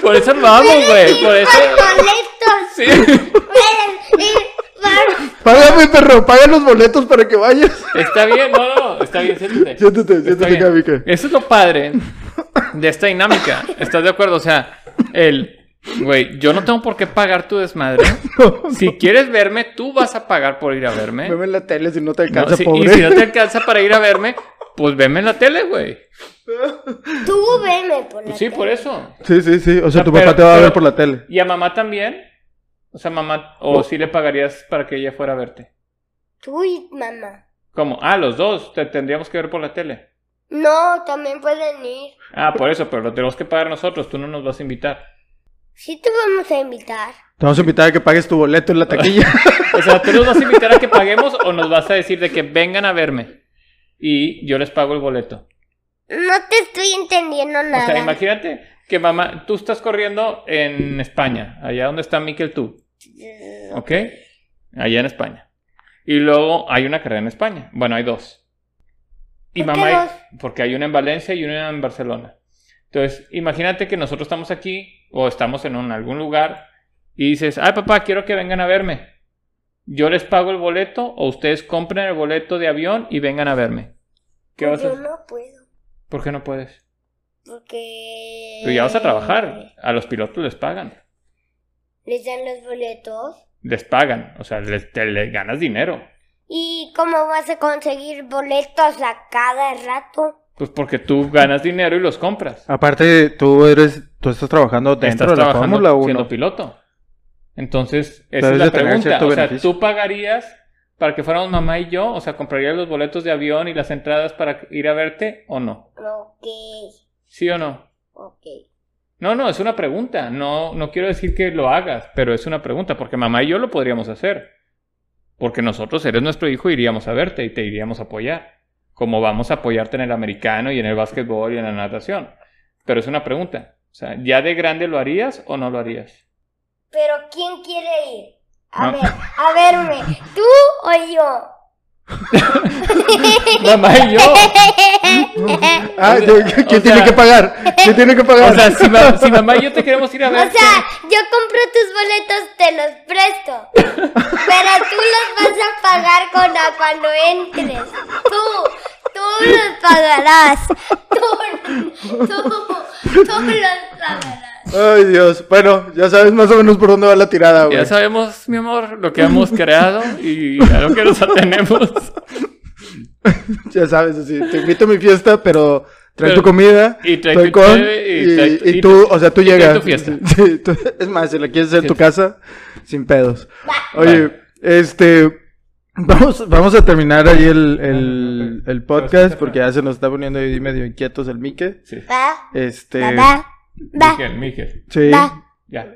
Speaker 1: Por eso vamos, güey, por eso.
Speaker 3: Los boletos.
Speaker 1: Sí.
Speaker 3: Pueden ir por-
Speaker 2: Págame, perro, paga los boletos para que vayas.
Speaker 1: Está bien, no, no, está bien, siéntate.
Speaker 2: Siéntate,
Speaker 1: Está
Speaker 2: siéntate
Speaker 1: bien.
Speaker 2: acá, Mike.
Speaker 1: Eso es lo padre de esta dinámica. ¿Estás de acuerdo? O sea, el güey, yo no tengo por qué pagar tu desmadre. Si quieres verme, tú vas a pagar por ir a verme.
Speaker 2: Veme en la tele si no te
Speaker 1: No,
Speaker 2: alcanza,
Speaker 1: si-
Speaker 2: pobre.
Speaker 1: Y si no te alcanza para ir a verme, pues veme en la tele, güey. Pues
Speaker 3: Tú veme por la
Speaker 1: Sí,
Speaker 3: tele.
Speaker 1: por eso.
Speaker 2: Sí, sí, sí. O sea,
Speaker 1: No,
Speaker 2: tu
Speaker 1: pero-
Speaker 2: papá te va a ver
Speaker 1: pero-
Speaker 2: por la tele.
Speaker 1: ¿Y a mamá también? O sea, mamá, o si le pagarías para que ella fuera a verte.
Speaker 3: Tú y mamá.
Speaker 1: ¿Cómo? Ah, los dos, te tendríamos que ver por la tele.
Speaker 3: No, también pueden ir.
Speaker 1: Ah, por eso, pero lo tenemos que pagar nosotros, tú no nos vas a invitar.
Speaker 3: Sí te vamos a invitar.
Speaker 2: Te vamos a invitar a que pagues tu boleto en la taquilla.
Speaker 1: O sea, tú nos vas a invitar a que paguemos o nos vas a decir de que vengan a verme y yo les pago el boleto.
Speaker 3: No te estoy entendiendo
Speaker 1: O sea,
Speaker 3: nada.
Speaker 1: imagínate que mamá, tú estás corriendo en España, allá donde está Miquel tú. ¿Ok? Allá en España. Y luego hay una carrera en España. Bueno, hay dos. Y
Speaker 3: ¿Por qué
Speaker 1: mamá,
Speaker 3: dos?
Speaker 1: porque hay una en Valencia y una en Barcelona. Entonces, imagínate que nosotros estamos aquí o estamos en un- algún lugar y dices, ay papá, quiero que vengan a verme. Yo les pago el boleto o ustedes compren el boleto de avión y vengan a verme. ¿Qué
Speaker 3: Pues
Speaker 1: vas a
Speaker 3: yo
Speaker 1: hacer?
Speaker 3: no puedo.
Speaker 1: ¿Por qué no puedes?
Speaker 3: Porque.
Speaker 1: Tú ya vas a
Speaker 3: Eh.
Speaker 1: trabajar. A los pilotos les pagan.
Speaker 3: Les dan los boletos.
Speaker 1: Les pagan. O sea, les, te- les ganas dinero.
Speaker 3: ¿Y cómo vas a conseguir boletos a cada rato?
Speaker 1: Pues porque tú ganas dinero y los compras.
Speaker 2: Aparte, tú eres tú estás trabajando Ah, dentro
Speaker 1: estás
Speaker 2: de la
Speaker 1: trabajando
Speaker 2: Fórmula 1.
Speaker 1: siendo piloto. Entonces, esa
Speaker 2: Debes
Speaker 1: es la
Speaker 2: de tener
Speaker 1: pregunta.
Speaker 2: cierto
Speaker 1: O sea,
Speaker 2: beneficio.
Speaker 1: ¿tú pagarías para que fuéramos mamá y yo? O sea, ¿comprarías los boletos de avión y las entradas para ir a verte o no?
Speaker 3: Ok,
Speaker 1: ¿Sí o no?
Speaker 3: ok.
Speaker 1: No, no, es una pregunta. No, no quiero decir que lo hagas, pero es una pregunta, porque mamá y yo lo podríamos hacer. Porque nosotros eres nuestro hijo, iríamos a verte y te iríamos a apoyar. Como vamos a apoyarte en el americano y en el básquetbol y en la natación. Pero es una pregunta. O sea, ¿ya de grande lo harías o no lo harías?
Speaker 3: Pero ¿quién quiere ir? A
Speaker 1: No.
Speaker 3: ver, a verme, ¿tú o yo?
Speaker 1: Mamá y yo.
Speaker 2: Ah,
Speaker 1: O sea,
Speaker 2: yo- ¿quién
Speaker 1: o
Speaker 2: tiene
Speaker 1: sea-
Speaker 2: que pagar? ¿Quién tiene que pagar?
Speaker 1: O sea, si, ma- si mamá y yo te queremos ir a
Speaker 3: O
Speaker 1: ver.
Speaker 3: sea, yo compro tus boletos, te los presto. Pero tú los vas a pagar con a cuando entres. Tú, tú los pagarás. Tú, tú, tú los pagarás.
Speaker 2: Ay, Dios. Bueno, ya sabes más o menos por dónde va la tirada, güey.
Speaker 1: Ya sabemos, mi amor, lo que hemos creado y a lo que nos atenemos.
Speaker 2: Ya sabes, así, te invito a mi fiesta, pero trae
Speaker 1: Pero-
Speaker 2: tu comida,
Speaker 1: y trae
Speaker 2: estoy
Speaker 1: tu
Speaker 2: con,
Speaker 1: cheve y trae tu-
Speaker 2: y
Speaker 1: y
Speaker 2: tú,
Speaker 1: tu-
Speaker 2: o sea, tú
Speaker 1: y trae
Speaker 2: llegas.
Speaker 1: tu fiesta.
Speaker 2: Sí, tú- es más, si la quieres hacer en tu casa, sin pedos. Oye,
Speaker 1: Vale.
Speaker 2: este, vamos, vamos a terminar ahí el, el, el podcast, porque ya se nos está poniendo ahí medio inquietos el Mike.
Speaker 1: Sí.
Speaker 3: Va,
Speaker 2: Este,
Speaker 3: va, va, va,
Speaker 1: Miguel, Miguel.
Speaker 2: sí,
Speaker 3: va.
Speaker 1: Ya.
Speaker 2: Ah,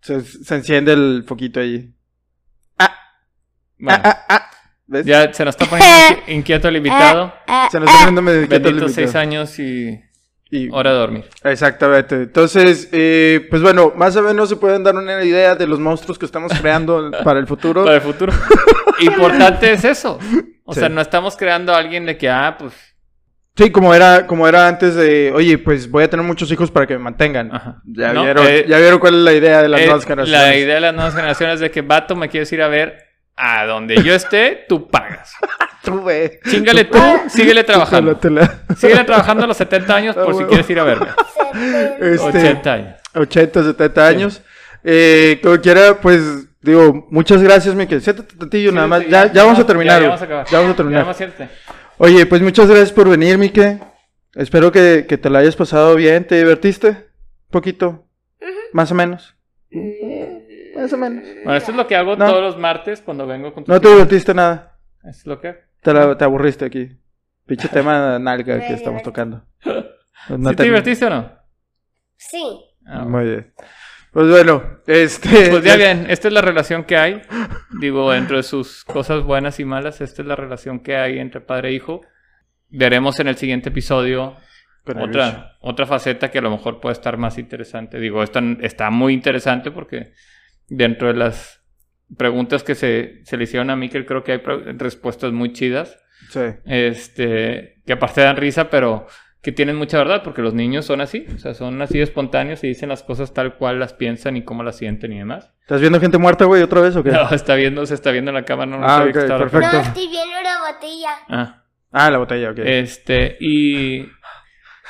Speaker 2: se, se enciende el foquito ahí.
Speaker 1: Bueno.
Speaker 2: Ah, ah, ¿ves?
Speaker 1: Ya se nos está poniendo inqui- inquieto el invitado.
Speaker 3: Ah,
Speaker 2: Se nos está poniendo medio inquieto el
Speaker 1: Bendito seis
Speaker 2: invitado.
Speaker 1: años y
Speaker 2: Y-
Speaker 1: hora de dormir.
Speaker 2: Exactamente. Entonces, eh, pues bueno, más o menos se pueden dar una idea de los monstruos que estamos creando para el futuro.
Speaker 1: Para el futuro. Importante es eso. O
Speaker 2: Sí.
Speaker 1: sea, no estamos creando a alguien de que, ah, pues.
Speaker 2: Sí, como era, como era antes de, oye, pues voy a tener muchos hijos para que me mantengan.
Speaker 1: Ajá.
Speaker 2: Ya,
Speaker 1: No,
Speaker 2: vieron,
Speaker 1: eh,
Speaker 2: ya vieron cuál es la idea de las
Speaker 1: eh,
Speaker 2: nuevas generaciones.
Speaker 1: la idea de las nuevas generaciones de que, vato, me quieres ir a ver a donde yo esté, tú pagas.
Speaker 2: Tú, güey.
Speaker 1: Chingale tú, síguele trabajando.
Speaker 2: Te la- te la-
Speaker 1: Síguele trabajando a los 70 años
Speaker 2: Ah,
Speaker 1: por si
Speaker 2: huevo.
Speaker 1: quieres ir a verme.
Speaker 3: se-
Speaker 2: Este,
Speaker 1: 80 años.
Speaker 2: 80, 70 años. Eh, como quiera, pues digo, muchas gracias, Miquel. Siéntate tantillo nada más. Ya, ya vamos a terminar.
Speaker 1: Ya,
Speaker 2: güey.
Speaker 1: vamos a acabar.
Speaker 2: Ya vamos a
Speaker 1: Ya
Speaker 2: terminar.
Speaker 1: vamos a irte.
Speaker 2: Oye, pues muchas gracias por venir, Mike. Espero que, que te la hayas pasado bien. ¿Te divertiste? Un poquito. Más o menos. Más o menos.
Speaker 1: Bueno, esto es lo que hago
Speaker 2: No.
Speaker 1: todos los martes cuando vengo con tu
Speaker 2: No te divertiste nada.
Speaker 1: Es lo que hago.
Speaker 2: Te, la- te aburriste aquí. Pinche tema nalga que
Speaker 3: Me
Speaker 2: estamos
Speaker 3: divertí.
Speaker 2: tocando.
Speaker 1: ¿Sí
Speaker 2: No
Speaker 1: ¿Te divertiste o no?
Speaker 3: Sí.
Speaker 1: Ah,
Speaker 2: Muy bien. Pues bueno, este.
Speaker 1: Pues ya bien, esta es la relación que hay. Digo, dentro de sus cosas buenas y malas, esta es la relación que hay entre padre e hijo. Veremos en el siguiente episodio
Speaker 2: Con el bicho.
Speaker 1: otra, otra faceta que a lo mejor puede estar más interesante. Digo, esta está muy interesante porque dentro de las preguntas que se, se le hicieron a Mikel, creo que hay pre- respuestas muy chidas.
Speaker 2: Sí.
Speaker 1: Este, que aparte dan risa, pero que tienen mucha verdad porque los niños son así. O sea, son así de espontáneos y dicen las cosas tal cual las piensan y cómo las sienten y demás.
Speaker 2: ¿Estás viendo gente muerta, güey, otra vez o qué?
Speaker 1: No, está viendo, se está viendo en la cámara. No, no
Speaker 2: Ah,
Speaker 1: sabía
Speaker 2: ok,
Speaker 1: que estaba-
Speaker 2: perfecto.
Speaker 3: No, estoy viendo una botella.
Speaker 1: Ah,
Speaker 2: Ah, la botella, ok.
Speaker 1: este, y...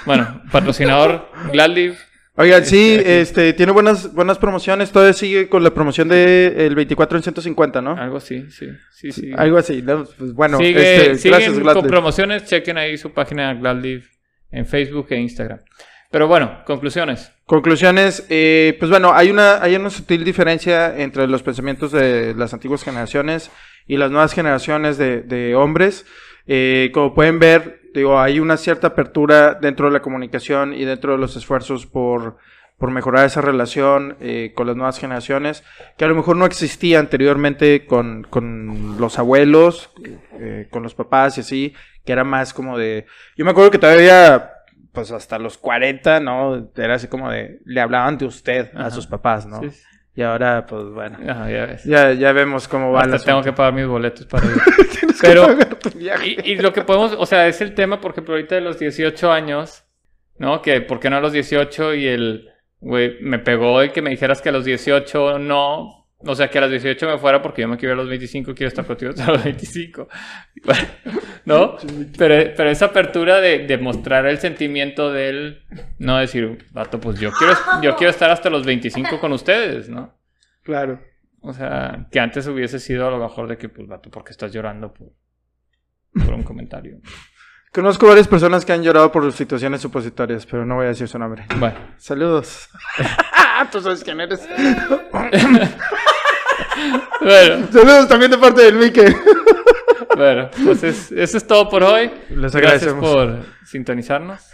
Speaker 1: Bueno, patrocinador Gladly.
Speaker 2: Oigan, sí, este, tiene buenas, buenas promociones. Todavía sigue con la promoción del 24 en 150, ¿no?
Speaker 1: Algo así, sí, sí, sí.
Speaker 2: Algo así, ¿no? Pues bueno,
Speaker 1: Sigue-
Speaker 2: este,
Speaker 1: siguen
Speaker 2: gracias, Gladly.
Speaker 1: con promociones, chequen ahí su página Gladly en Facebook e Instagram. Pero bueno, conclusiones.
Speaker 2: Conclusiones, eh, pues bueno, hay una, hay una sutil diferencia entre los pensamientos de las antiguas generaciones y las nuevas generaciones de, de hombres. Eh, como pueden ver, digo, hay una cierta apertura dentro de la comunicación y dentro de los esfuerzos por, por mejorar esa relación eh, con las nuevas generaciones, que a lo mejor no existía anteriormente con, con los abuelos, eh, con los papás y así, que era más como de... Yo me acuerdo que todavía, pues hasta los 40, ¿no? Era así como de... Le hablaban de usted a
Speaker 1: Ajá.
Speaker 2: sus papás, ¿no?
Speaker 1: Sí, sí.
Speaker 2: Y ahora, pues bueno.
Speaker 1: Ah, ya ves.
Speaker 2: Ya, ya vemos cómo va
Speaker 1: Hasta
Speaker 2: el
Speaker 1: tengo
Speaker 2: asunto.
Speaker 1: que pagar mis boletos para ir.
Speaker 2: Tienes que
Speaker 1: pero-
Speaker 2: pagar tu viaje.
Speaker 1: Y, y lo que podemos, o sea, es el tema porque por ahorita de los 18 años, ¿no? Que por qué no a los 18 y el, güey, me pegó el que me dijeras que a los 18 no, o sea, que a los 18 me fuera porque yo me quiero ir a los 25, quiero estar contigo hasta los 25, ¿no? Pero, pero esa apertura de, de mostrar el sentimiento del, no decir, vato, pues yo quiero, yo quiero estar hasta los 25 con ustedes, ¿no?
Speaker 2: Claro.
Speaker 1: O sea, que antes hubiese sido a lo mejor de que, pues, vato, ¿por qué estás llorando por, por un comentario?
Speaker 2: Conozco varias personas que han llorado por situaciones supositorias, pero no voy a decir su nombre.
Speaker 1: Bueno,
Speaker 2: Saludos. Tú sabes quién eres.
Speaker 1: bueno,
Speaker 2: Saludos también de parte del Mike.
Speaker 1: bueno, pues es- eso es todo por hoy.
Speaker 2: Les
Speaker 1: Gracias
Speaker 2: agradecemos.
Speaker 1: por sintonizarnos.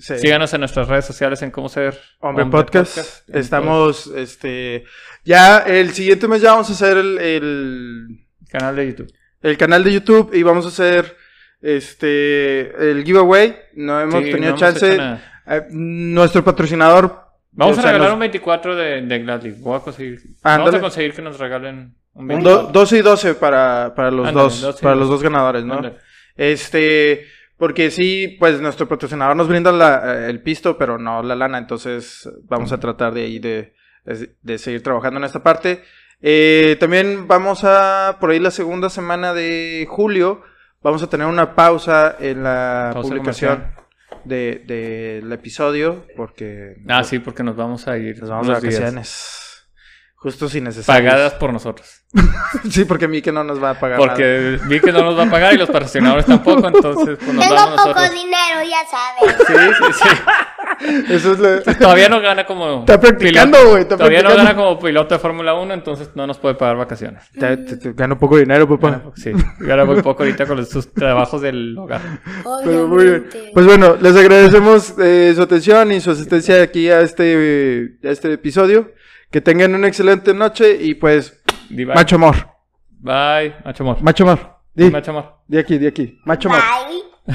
Speaker 2: Sí.
Speaker 1: Síganos en nuestras redes sociales en cómo ser
Speaker 2: Hombre, podcast. Estamos, este, ya el siguiente mes ya vamos a hacer el, el,
Speaker 1: Canal de YouTube.
Speaker 2: el canal de YouTube y vamos a hacer, este, el giveaway. No hemos
Speaker 1: Sí,
Speaker 2: tenido
Speaker 1: no hemos
Speaker 2: chance.
Speaker 1: hecho nada.
Speaker 2: Eh, nuestro patrocinador.
Speaker 1: Vamos
Speaker 2: o
Speaker 1: a
Speaker 2: sea,
Speaker 1: regalar
Speaker 2: nos-
Speaker 1: un 24 de, de Gladly. Voy a conseguir. Vamos
Speaker 2: Ah, Ándale.
Speaker 1: a conseguir que nos regalen un
Speaker 2: un
Speaker 1: 24.
Speaker 2: do- 12 y 12 para, para los
Speaker 1: Ándale,
Speaker 2: dos,
Speaker 1: 12 y
Speaker 2: para los
Speaker 1: 12.
Speaker 2: dos ganadores, ¿no?
Speaker 1: Ándale.
Speaker 2: Este, porque sí, pues nuestro patrocinador nos brinda la- eh, el pisto, pero no la lana, entonces vamos a tratar de ahí de, de- de seguir trabajando en esta parte. Eh, también vamos a, por ahí la segunda semana de julio, vamos a tener una pausa en la
Speaker 1: Pausa
Speaker 2: publicación de- del episodio, porque
Speaker 1: Ah, sí, porque nos vamos a ir.
Speaker 2: nos vamos a
Speaker 1: unos días
Speaker 2: vacaciones. Justo si necesarios.
Speaker 1: Pagadas por nosotros.
Speaker 2: Sí, porque a mí que no nos va a pagar. nada.
Speaker 1: Porque vi que no nos va a pagar y los patrocinadores tampoco, entonces pues, nos
Speaker 3: Tengo
Speaker 1: vamos
Speaker 3: poco
Speaker 1: nosotros.
Speaker 3: dinero, ya sabes.
Speaker 1: Sí, sí, sí.
Speaker 2: Eso es lo...
Speaker 1: Todavía no gana como.
Speaker 2: Está practicando,
Speaker 1: piloto.
Speaker 2: güey, está
Speaker 1: Todavía no
Speaker 2: practicando.
Speaker 1: gana como piloto de Fórmula 1, entonces no nos puede pagar vacaciones.
Speaker 2: Te- te- te- Gano Mm. poco dinero, papá.
Speaker 1: Sí, gana muy poco ahorita con los- sus trabajos del hogar.
Speaker 2: Pero muy bien.
Speaker 3: Obviamente.
Speaker 2: Pues bueno, les agradecemos eh, su atención y su asistencia aquí a este, eh, a este episodio. Que tengan una excelente noche y pues,
Speaker 1: Diva-
Speaker 2: macho amor.
Speaker 1: Bye, macho amor.
Speaker 2: Macho amor. Di,
Speaker 1: Macho amor.
Speaker 2: di aquí, di aquí. Macho amor.
Speaker 3: Bye.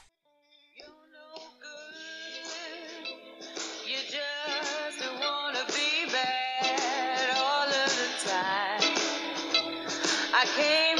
Speaker 5: You just don't wanna be bad all of the time. I can't.